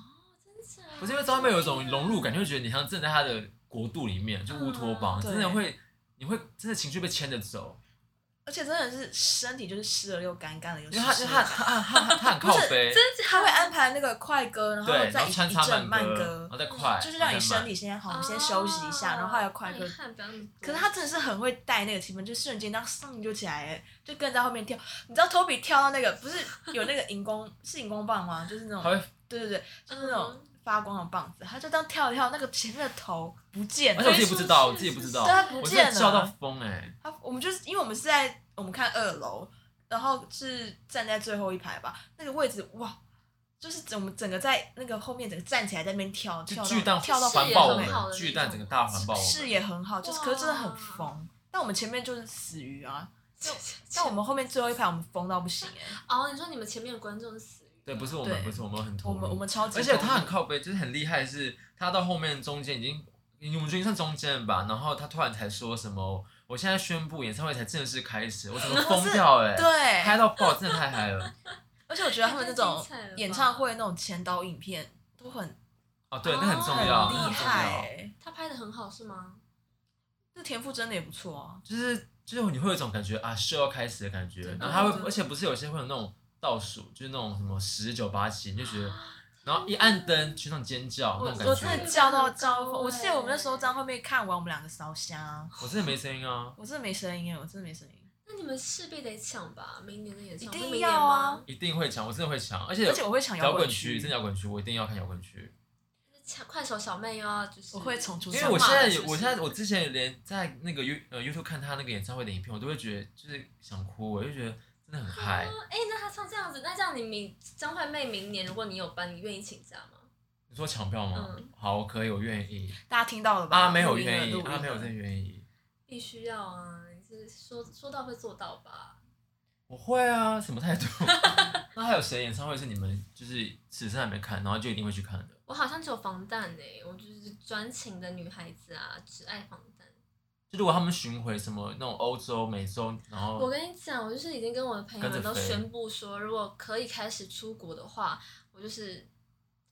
Speaker 2: 真假？
Speaker 5: 不是因为张惠妹有一种融入感，就会觉得你好像真的在她的国度里面，就乌托邦，
Speaker 4: 嗯
Speaker 5: 真的
Speaker 4: 对
Speaker 5: 会，你会真的情绪被牵着走。
Speaker 4: 而且真的是身体就是湿了又干，干了又湿
Speaker 5: 因为他因为他
Speaker 4: 湿。
Speaker 5: 他他他他很靠背，
Speaker 2: 真假
Speaker 4: 他会安排那个快歌，然后
Speaker 5: 对，然
Speaker 4: 再
Speaker 5: 后
Speaker 4: 一
Speaker 5: 穿
Speaker 4: 一
Speaker 5: 插
Speaker 4: 阵慢
Speaker 5: 歌，
Speaker 4: 歌
Speaker 5: 然后再快，
Speaker 4: 就是让
Speaker 5: 然后再
Speaker 4: 你
Speaker 5: 慢
Speaker 4: 身体先好，我们先休息一下，然后还有快歌
Speaker 2: 哦那你。汗不要那么多
Speaker 4: 可是他真的是很会带那个气氛，就瞬间这样上就起来，欸就跟在后面跳。你知道 Toby 跳到那个不是有那个荧光是荧光棒吗？就是那
Speaker 5: 他
Speaker 4: 种
Speaker 5: 会
Speaker 4: 对对对，就是那
Speaker 2: 嗯
Speaker 5: 哦
Speaker 4: 种发光的棒子，他就这样跳一跳，那个前面的头不见
Speaker 5: 而
Speaker 4: 了
Speaker 5: 且，我自己不知道，我自己不知道，
Speaker 4: 对，他不
Speaker 5: 我真
Speaker 4: 见
Speaker 5: 的笑到
Speaker 4: 了。
Speaker 5: 疯哎！
Speaker 4: 他我们就是因为我们是在我们看二楼，然后是站在最后一排吧，那个位置哇，就是整我们整个在那个后面整个站起来在那边跳，
Speaker 5: 就
Speaker 4: 跳到
Speaker 5: 巨蛋
Speaker 4: 跳到
Speaker 5: 环
Speaker 4: 环
Speaker 5: 抱
Speaker 4: 抱
Speaker 5: 我
Speaker 4: 我
Speaker 5: 们
Speaker 4: 们
Speaker 2: 很，好的
Speaker 5: 巨
Speaker 2: 那
Speaker 5: 蛋
Speaker 2: 种
Speaker 5: 整个大环抱我们，
Speaker 4: 视野很好，就是
Speaker 2: 哇
Speaker 4: 可是真的很疯。但我们前面就是死鱼啊，但我们后面最后一排我们疯到不行哎、
Speaker 2: 哦，你说你们前面的观众是死鱼，
Speaker 5: 对，不是我们，
Speaker 4: 对
Speaker 5: 不是我们很
Speaker 4: 我
Speaker 5: 投
Speaker 4: 们我
Speaker 5: 入，
Speaker 4: 们超级
Speaker 5: 而且他很
Speaker 4: 疯
Speaker 5: 靠背，就是很厉害，是他到后面中间已经，我们觉得算中间了吧，然后他突然才说什么，我现在宣布演唱会才正式开始，我整
Speaker 4: 哦
Speaker 5: 个疯掉哎，嗨
Speaker 4: 对，
Speaker 5: 到爆，真的太嗨了！
Speaker 4: 而且我觉得他们那种
Speaker 2: 太精彩了吧
Speaker 4: 演唱会那种前导影片都很
Speaker 5: 哦，对，那很重
Speaker 4: 很
Speaker 5: 要，
Speaker 4: 厉
Speaker 5: 那很重
Speaker 4: 害、
Speaker 5: 要。
Speaker 4: 欸，
Speaker 2: 他拍的很好是吗？
Speaker 4: 这田馥甄的也不错啊。
Speaker 5: 就是就是你会有一种感觉啊，秀要开始的感觉，然后他
Speaker 4: 真
Speaker 5: 会，
Speaker 4: 的
Speaker 5: 而且不是有些会有那种倒数，就是那种什么十九八七，你就觉得，然后一按灯，全场尖叫那种感
Speaker 4: 啊我真的
Speaker 5: 觉，
Speaker 4: 叫到招风，
Speaker 2: 对
Speaker 4: 我记得我们那
Speaker 2: 欸
Speaker 4: 时候张惠妹看完我们两个烧香，
Speaker 5: 我真的没声音啊，
Speaker 4: 我真的没声音哎，我真的没声音，
Speaker 2: 那你们势必得抢吧，明年的演唱会
Speaker 4: 一定
Speaker 2: 是明年
Speaker 4: 要啊
Speaker 2: 吗，
Speaker 5: 一定会抢，我真的会抢，而且
Speaker 4: 而且我会抢
Speaker 5: 摇滚
Speaker 4: 区
Speaker 5: 区，，真的摇滚区，我一定要看摇滚区，
Speaker 2: 抢快手小妹啊，就是
Speaker 4: 我会从出
Speaker 5: 因
Speaker 4: 手
Speaker 5: 为我现在有，
Speaker 2: 是不
Speaker 5: 我
Speaker 2: 是
Speaker 5: 现在我之前连在那个 You 呃 YouTube 看他那个演唱会的影片，我都会觉得就是想哭，我就觉得真的很
Speaker 4: 啊
Speaker 5: 嗨。
Speaker 2: 哦哎、那他唱这样子，那这样你明张惠妹明年如果你有班，你愿意请假吗？
Speaker 5: 你说抢票吗？
Speaker 2: 嗯
Speaker 5: 好，可以，我愿意。
Speaker 4: 大家听到了吧？
Speaker 5: 阿妹我
Speaker 4: 啊录音了
Speaker 5: 愿意
Speaker 4: 录，音啊
Speaker 5: 阿妹我
Speaker 4: 了
Speaker 5: 啊真的愿意。
Speaker 2: 必须要啊，你是说说到会做到吧？
Speaker 5: 我会啊，什么 态度？那还有谁演唱会是你们就是此生还没看，然后就一定会去看的？
Speaker 2: 我好像只有防弹哎、我就是专情的女孩子啊，只爱防弹。
Speaker 5: 就如果他们巡回什么那种欧洲、美洲，然
Speaker 2: 我
Speaker 5: 后
Speaker 2: 跟你讲，我就是已经跟我的朋友
Speaker 5: 哦跟着
Speaker 2: 们都
Speaker 5: 飞
Speaker 2: 宣布说，如果可以开始出国的话，我就是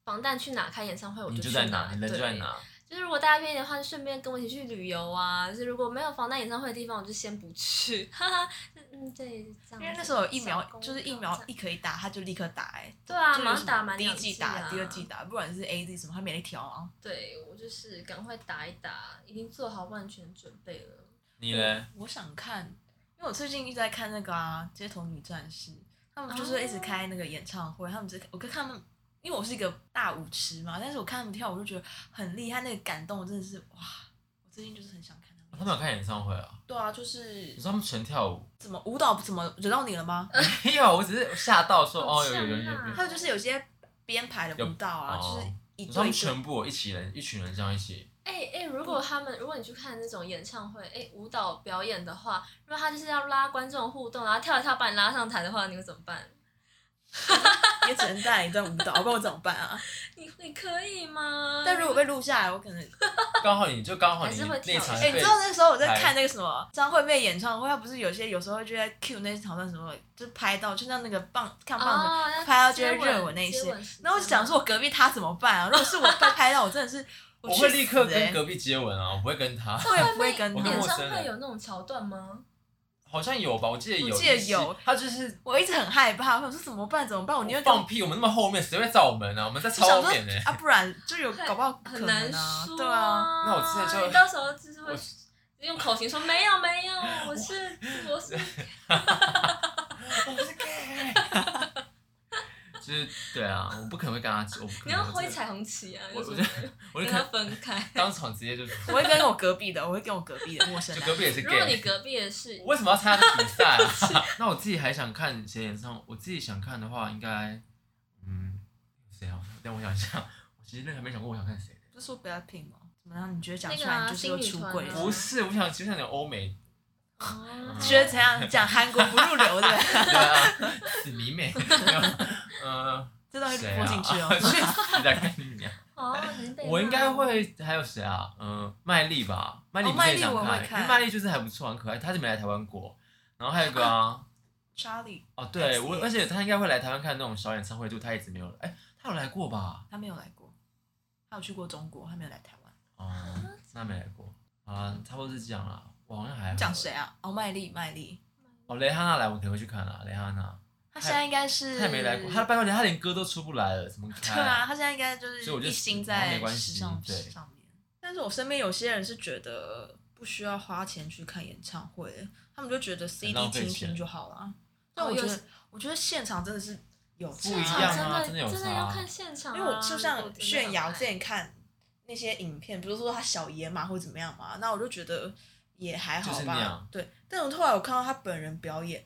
Speaker 2: 防弹去哪开演唱会我
Speaker 5: 你
Speaker 2: 去
Speaker 5: 就
Speaker 2: 哪，
Speaker 5: 在哪，你人就在
Speaker 2: 对
Speaker 5: 哪，
Speaker 2: 就是如果大家愿意的话，就顺便跟我一起去旅游啊。就是如果没有防弹演唱会的地方，我就先不去。 哈哈，就嗯，对，这样子。
Speaker 4: 因为那时候有疫苗
Speaker 2: 小公，
Speaker 4: 就是疫
Speaker 2: 主
Speaker 4: 苗
Speaker 2: 这样
Speaker 4: 一可以打，他就立刻打、欸，
Speaker 2: 对啊，
Speaker 4: 就
Speaker 2: 马
Speaker 4: 有
Speaker 2: 上
Speaker 4: 什么
Speaker 2: 打满
Speaker 4: 第一
Speaker 2: 两
Speaker 4: 季
Speaker 2: 啊
Speaker 4: 打，第二季。打，不管是 A Z 什么，他没得挑啊。
Speaker 2: 对我就是赶快打一打，已经做好万全准备了。
Speaker 5: 你嘞？
Speaker 4: 我想看，因为我最近一直在看那个啊《街头女战士》，他们就是一直开那个演唱会，他们只我跟他们，因为我是一个大舞痴嘛，但是我看他们跳舞就觉得很厉害，那个感动真的是哇！我最近就是很想看他
Speaker 5: 他
Speaker 4: 们。
Speaker 5: 们有看演唱会啊？
Speaker 4: 对啊，就是
Speaker 5: 你说他们嗯纯跳舞？
Speaker 4: 怎么舞蹈怎么惹到你了吗？
Speaker 5: 没有，我只是吓到说
Speaker 2: 好
Speaker 5: 哦，有有有有
Speaker 2: 呛啊
Speaker 5: 有。
Speaker 4: 还有就是有些编排的舞蹈啊，
Speaker 5: 有
Speaker 4: 就是
Speaker 5: 哦
Speaker 4: 一
Speaker 5: 你说他们
Speaker 4: 对一对
Speaker 5: 全部一起人一群人这样一起，
Speaker 2: 哎、哎、如
Speaker 4: 嗯
Speaker 2: 果他们，如果你去看那种演唱会，哎、舞蹈表演的话，如果他就是要拉观众互动，然后跳一跳把你拉上台的话，你会怎么办？
Speaker 4: 也只能带一段舞蹈，不然我怎么 办啊？
Speaker 2: 你你可以吗？
Speaker 4: 但如果被录下来，我可能……
Speaker 5: 刚好你就刚好你
Speaker 2: 还是会
Speaker 5: 那
Speaker 2: 跳
Speaker 5: 场
Speaker 2: 一
Speaker 4: 哎、
Speaker 5: 被
Speaker 4: 你知道那时候我在看那个什么张惠妹演唱会，她不是有些有时候就在 Q 那好像什么，就拍到就像那个棒看棒球，
Speaker 2: 哦，要
Speaker 4: 拍到就
Speaker 2: 接
Speaker 4: 会热
Speaker 2: 吻
Speaker 4: 吻那
Speaker 2: 接
Speaker 4: 些
Speaker 2: 吻时
Speaker 4: 然后我就
Speaker 2: 间
Speaker 4: 想
Speaker 2: 吗
Speaker 4: 说，我隔壁她怎么办啊？如果是我被拍到，我真的 是
Speaker 5: 我
Speaker 4: 去
Speaker 5: 会立刻
Speaker 4: 死欸
Speaker 5: 跟隔壁接吻啊，我不会跟他。
Speaker 4: 我也不会跟
Speaker 5: 我跟
Speaker 2: 演
Speaker 5: 陌
Speaker 4: 她，
Speaker 5: 生
Speaker 2: 唱会
Speaker 5: 人
Speaker 2: 有那种桥段吗？
Speaker 5: 好像有吧，我记得有，
Speaker 4: 我记得有，
Speaker 5: 他就是
Speaker 4: 我一直很害怕，我想说怎么办怎么办？我宁愿跟
Speaker 5: 放屁，我们那么后面，谁会找我们呢？我们在超后
Speaker 4: 想说
Speaker 5: 面呢。
Speaker 4: 啊，不然就有搞不好可
Speaker 2: 很
Speaker 4: 能
Speaker 2: 难
Speaker 4: 啊，
Speaker 2: 说、
Speaker 4: 对啊。
Speaker 5: 那我真的就
Speaker 2: 你到时候就是会
Speaker 5: 我
Speaker 2: 用口型说没有没有，我是 我是
Speaker 5: 我是 gay，就是对啊，我不可能会跟他，我不可能。
Speaker 2: 你要挥
Speaker 5: 我真的，
Speaker 2: 彩虹旗啊，
Speaker 5: 我
Speaker 2: 就
Speaker 5: 我
Speaker 2: 是
Speaker 5: 就我就可
Speaker 2: 跟他
Speaker 5: 能
Speaker 2: 分开。
Speaker 5: 当场直接就，
Speaker 4: 我
Speaker 5: 就
Speaker 4: 会跟我隔壁的，我会跟我隔壁的陌生
Speaker 5: 隔
Speaker 4: 人。
Speaker 5: 壁也是
Speaker 2: 如果你
Speaker 5: gay。
Speaker 2: 隔壁的是
Speaker 5: 我为什么要参加这个比赛啊？ 那我自己还想看谁演唱，我自己想看的话，应该嗯谁啊？让我想一下，我其实认还没想过我想看谁。
Speaker 4: 不是说不要听吗？怎么样？你觉得讲
Speaker 2: 那
Speaker 4: 出
Speaker 2: 个啊
Speaker 4: 来你就是又
Speaker 2: 新
Speaker 4: 出轨
Speaker 2: 女团啊
Speaker 4: 了？
Speaker 5: 不是，我想其实想讲欧美，
Speaker 2: 哦
Speaker 4: 觉得 怎样？讲韩国不入流的，
Speaker 5: 对啊， 死迷妹，没有呃，
Speaker 4: 这东西
Speaker 5: 谁
Speaker 4: 播
Speaker 5: 啊？
Speaker 4: 进去哦。
Speaker 5: 你在看你啊娘。
Speaker 2: 哦，你是被骂
Speaker 5: 我应该会还有谁啊？嗯，麦丽吧，麦丽
Speaker 4: 哦
Speaker 5: 你可以想
Speaker 4: 麦莉我会
Speaker 5: 看，因为
Speaker 4: 看
Speaker 5: 麦丽就是还不错，很可爱。她是没来台湾过，然后还有一个啊，
Speaker 4: Charlie
Speaker 5: 哦，对
Speaker 4: X
Speaker 5: 我，
Speaker 4: X
Speaker 5: 而且她应该会来台湾看那种小演唱会，就她一直没有来。哎，她有来过吧？
Speaker 4: 他没有来过，他有去过中国，他没有来台湾。
Speaker 5: 哦，那没来过。啊，差不多是这样啦。我好像还好
Speaker 4: 讲谁？啊？哦，麦丽，麦丽，
Speaker 5: 哦，蕾哈娜来，我可能会去看啦。蕾哈娜，
Speaker 4: 他现在应该是
Speaker 5: 她也没来过，她拜托你，她连歌都出不来了，怎么看？
Speaker 4: 嗯对啊，他现在应该就
Speaker 5: 哎所以我
Speaker 4: 是
Speaker 5: 就
Speaker 4: 一心
Speaker 5: 哦没
Speaker 4: 在
Speaker 5: 关系
Speaker 4: 时尚
Speaker 5: 对
Speaker 4: 上面。但是我身边有些人是觉得不需要花钱去看演唱会，他们就觉得 CD
Speaker 5: 浪费
Speaker 4: 听
Speaker 5: 钱
Speaker 4: 听就好了。但
Speaker 2: 哦
Speaker 4: 我觉
Speaker 2: 有
Speaker 4: 得，我觉得现场真的是有
Speaker 5: 不
Speaker 4: 差
Speaker 5: 一
Speaker 2: 场
Speaker 5: 样啊
Speaker 2: 真
Speaker 5: 真的有
Speaker 2: 真的
Speaker 5: 差
Speaker 2: 要看现场啊、
Speaker 4: 因为我就
Speaker 2: 如
Speaker 4: 像
Speaker 2: 果真的
Speaker 4: 炫
Speaker 2: 很
Speaker 4: 耀
Speaker 2: 爱
Speaker 4: 之前看那些影片，不是说他小野马或怎么样嘛，那我就觉得也还好
Speaker 5: 就是那样
Speaker 4: 吧。对，但我后来我看到他本人表演，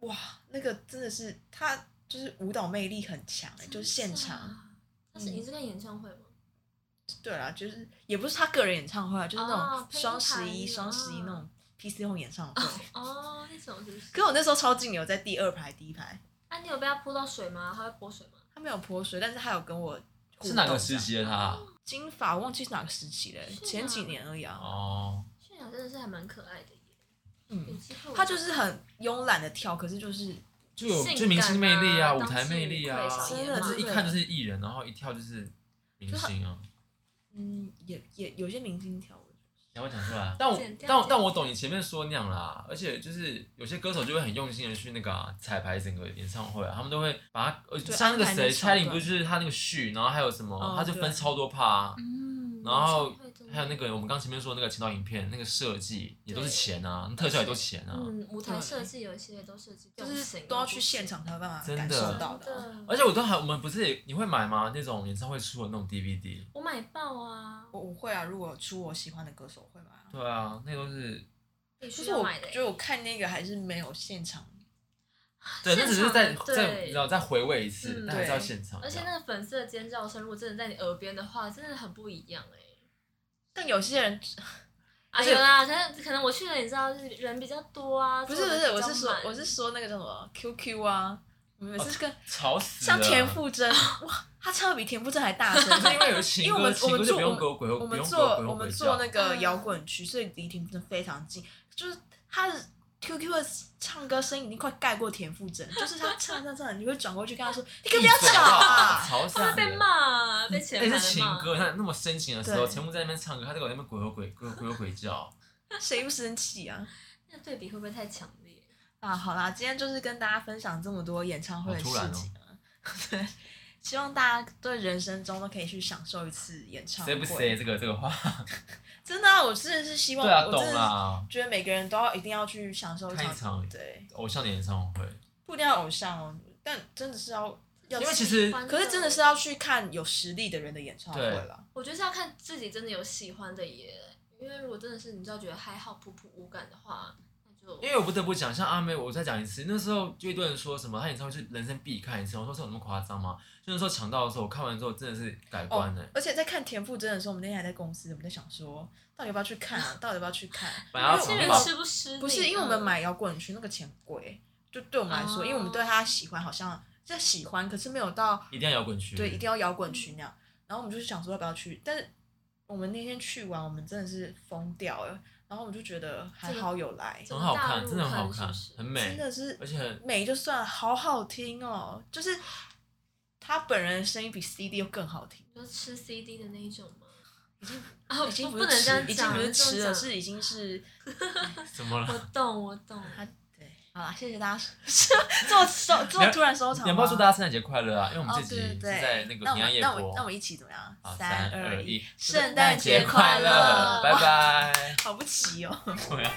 Speaker 4: 哇，那个真的是他就是舞蹈魅力很强、欸，就是现场。。
Speaker 2: 但
Speaker 5: 嗯
Speaker 2: 是你是看演唱会吗？
Speaker 4: 对啦，就是也不是他个人演唱会啊，就是那
Speaker 2: 哦
Speaker 4: 种双十一、
Speaker 2: 拼盘
Speaker 4: 双十一
Speaker 2: 嗯
Speaker 4: 那种 PC 用演唱会。
Speaker 2: 哦，那种是不是？
Speaker 4: 可我那时候超近的，我在第二排、第一排，
Speaker 2: 啊，你有被他泼到水吗？他会泼水吗？
Speaker 4: 他没有泼水，但是他有跟我互
Speaker 5: 是哪个
Speaker 4: 动这
Speaker 5: 时
Speaker 4: 样？
Speaker 5: 期的她？啊
Speaker 4: 金发，我忘记是哪个时期了，
Speaker 2: 是
Speaker 4: 前几
Speaker 2: 哪
Speaker 4: 年而已啊。
Speaker 5: 哦，
Speaker 2: 炫耀真的是还蛮可爱的耶。有
Speaker 4: 嗯，
Speaker 2: 机会我
Speaker 4: 他就是很慵懒的跳，可是就是
Speaker 5: 就有
Speaker 2: 性
Speaker 5: 就明星魅力啊，
Speaker 2: 感啊
Speaker 5: 舞台魅力啊，
Speaker 2: 当
Speaker 4: 之无愧小野马
Speaker 5: 就是一看就是艺人，然后一跳就是明星啊。
Speaker 4: 嗯，也也有些明星跳舞。
Speaker 5: 你要讲出来啊，但我
Speaker 2: 剪掉
Speaker 5: 但我
Speaker 2: 剪掉
Speaker 5: 但我懂你前面说那样啦，而且就是有些歌手就会很用心的去那个啊彩排整个演唱会啊，他们都会把它呃
Speaker 4: 对
Speaker 5: 像那个
Speaker 4: 安排
Speaker 5: 谁
Speaker 4: 那个桥
Speaker 5: 蔡
Speaker 4: 段
Speaker 5: 依林不是他那个序，然后还有什么，
Speaker 4: 哦
Speaker 5: 他就分超多趴啊，
Speaker 2: 嗯
Speaker 5: 然后
Speaker 2: 演唱会真的
Speaker 5: 还有那个我们刚前面说的那个前导影片那个设计也都是
Speaker 2: 对
Speaker 5: 钱啊，特效也都钱啊，
Speaker 2: 嗯，舞台设计有一些都设计，
Speaker 4: 就是都要去现场才有办法
Speaker 5: 真的
Speaker 4: 感受到的啊。
Speaker 2: 的。
Speaker 5: 而且我都还我们不是也你会买吗？那种演唱会出的那种 DVD，
Speaker 2: 我买爆啊！
Speaker 4: 我我会啊，如果出我喜欢的歌手我会买啊。
Speaker 5: 对啊，那都是
Speaker 2: 必
Speaker 4: 就
Speaker 2: 须
Speaker 4: 是
Speaker 2: 要
Speaker 4: 我
Speaker 2: 买的耶。欸
Speaker 4: 觉得我看那个还是没有现场，
Speaker 5: 对，那只是在
Speaker 2: 现场
Speaker 5: 在
Speaker 2: 对
Speaker 5: 你知道再回味一次，
Speaker 2: 嗯
Speaker 5: 但还是要
Speaker 4: 对
Speaker 5: 现场这
Speaker 2: 而
Speaker 5: 样。
Speaker 2: 且那个粉丝的尖叫声，如果真的在你耳边的话，真的很不一样哎、
Speaker 4: 但有些人
Speaker 2: 啊，有啦，可能可能我去了，你知道，就是人比较多啊。
Speaker 4: 不是
Speaker 2: 坐
Speaker 4: 不
Speaker 2: 得
Speaker 4: 是，
Speaker 2: 比
Speaker 4: 我
Speaker 2: 较
Speaker 4: 是说
Speaker 2: 满
Speaker 4: 我是说那个叫什么 QQ 啊，我们每
Speaker 5: 哦
Speaker 4: 次跟
Speaker 5: 吵死了，
Speaker 4: 像田馥甄， 哇，他唱的比田馥甄还大 声。
Speaker 5: 因为有情
Speaker 4: 因为我
Speaker 5: 歌，
Speaker 4: 们
Speaker 5: 情歌就不用给我鬼
Speaker 4: 我
Speaker 5: 吼，不
Speaker 4: 们
Speaker 5: 用给
Speaker 4: 做
Speaker 5: 我鬼
Speaker 4: 我
Speaker 5: 吼
Speaker 4: 们
Speaker 5: 鬼
Speaker 4: 做
Speaker 5: 叫
Speaker 4: 那。个
Speaker 2: 嗯
Speaker 4: 摇滚区，所以离田馥甄非常近，就是他的 QQ 的唱歌声音已经快盖过田 馥甄，就是他唱唱唱，你会转过去跟 他说：“你可以不要
Speaker 5: 闭嘴
Speaker 4: 吵
Speaker 5: 啊！”
Speaker 4: 啊
Speaker 5: 吵死
Speaker 2: 会
Speaker 5: 了！
Speaker 2: 被骂啊，被前
Speaker 5: 哎，
Speaker 2: 排
Speaker 5: 是
Speaker 2: 的
Speaker 5: 情
Speaker 2: 骂。
Speaker 5: 歌，他那么深情的时候，
Speaker 4: 对
Speaker 5: 全部在那边唱歌，他在我那边鬼吼鬼鬼鬼吼鬼 叫。！”
Speaker 4: 谁不生气啊？
Speaker 2: 那对比会不会太强烈？
Speaker 4: 啊，好啦，今天就是跟大家分享这么多演唱会的事
Speaker 5: 好突然哦
Speaker 4: 情啊。 对，希望大家对人生中都可以去享受一次演唱
Speaker 5: 谁
Speaker 4: 会。
Speaker 5: 不谁这个这个话？
Speaker 4: 真的、啊，我真的是希望，
Speaker 5: 对啊，
Speaker 4: 我
Speaker 5: 懂
Speaker 4: 真的是
Speaker 5: 啦。
Speaker 4: 觉得每个人都要一定要去享受一
Speaker 5: 看一
Speaker 4: 场，
Speaker 5: 场
Speaker 4: 对，
Speaker 5: 偶像的演唱会，
Speaker 4: 不一定要偶像哦，但真的是要要
Speaker 5: 因为其实
Speaker 2: 喜欢
Speaker 4: 可是真的是要去看有实力的人的演啊唱会了。
Speaker 2: 我觉得是要看自己真的有喜欢的耶，因为如果真的是你知道觉得还好普普无感的话，那就
Speaker 5: 因为我不得不讲，像阿妹，我再讲一次，那时候就一堆人说什么她演唱会是人生必看一次，我说这有那么夸张吗？就是说抢到的时候，我看完之后真的是
Speaker 2: 哦
Speaker 5: 改观了。
Speaker 4: 而且在看田馥甄的时候，我们那天还在公司，我们在想说，到底要不要去 看啊？到底要不要去看？
Speaker 5: 本来要
Speaker 2: 有些
Speaker 5: 抢
Speaker 2: 人
Speaker 5: 到，
Speaker 2: 吃不吃力？
Speaker 4: 不是因为我们
Speaker 2: 嗯
Speaker 4: 买摇滚区那个钱贵，就对我们来说，
Speaker 2: 哦
Speaker 4: 因为我们对他喜欢好像在喜欢，可是没有到
Speaker 5: 一定要摇滚区。
Speaker 4: 对一定要摇滚区那样。然后我们就想说要不要去，但是我们那天去完，我们真的是疯掉了。然后我们就觉得还好有来，
Speaker 5: 很好
Speaker 2: 大
Speaker 5: 看，
Speaker 2: 陆
Speaker 5: 真的很好
Speaker 2: 看
Speaker 5: 看
Speaker 2: 是不，是
Speaker 5: 很
Speaker 4: 真
Speaker 5: 美，
Speaker 4: 的是
Speaker 5: 而且很
Speaker 4: 美就算了，好好听哦，就是他本人的声音比 CD 又更好听，
Speaker 2: 就是吃 CD 的那一种吗？
Speaker 4: 已经
Speaker 2: 啊，
Speaker 4: 已经
Speaker 2: 不
Speaker 4: 是
Speaker 2: 能这样
Speaker 4: 吃已经
Speaker 2: 讲
Speaker 4: 不
Speaker 2: 这
Speaker 4: 是
Speaker 2: 样
Speaker 4: 吃了，
Speaker 2: 讲
Speaker 4: 是已经是
Speaker 5: 怎么
Speaker 2: 我
Speaker 5: 了？
Speaker 2: 懂，我懂。
Speaker 4: 他对。好啦，谢 谢大家，这么收这么突然收场吗，
Speaker 5: 你要不要祝大家圣诞节快乐啊？因为我们
Speaker 4: 哦
Speaker 5: 这集
Speaker 4: 对
Speaker 5: 是
Speaker 4: 对对
Speaker 5: 在那个
Speaker 4: 那我
Speaker 5: 平安
Speaker 4: 们
Speaker 5: 夜
Speaker 4: 那我
Speaker 5: 播
Speaker 4: 那我。们一起怎么样
Speaker 5: 好，？
Speaker 4: 三
Speaker 5: 二
Speaker 4: 一，，
Speaker 5: 圣
Speaker 4: 圣
Speaker 5: 诞
Speaker 4: 诞
Speaker 5: 节
Speaker 4: 节
Speaker 5: 快
Speaker 4: 快
Speaker 5: 乐
Speaker 4: 乐，
Speaker 5: 拜拜。
Speaker 4: 好不急哦。
Speaker 5: 对啊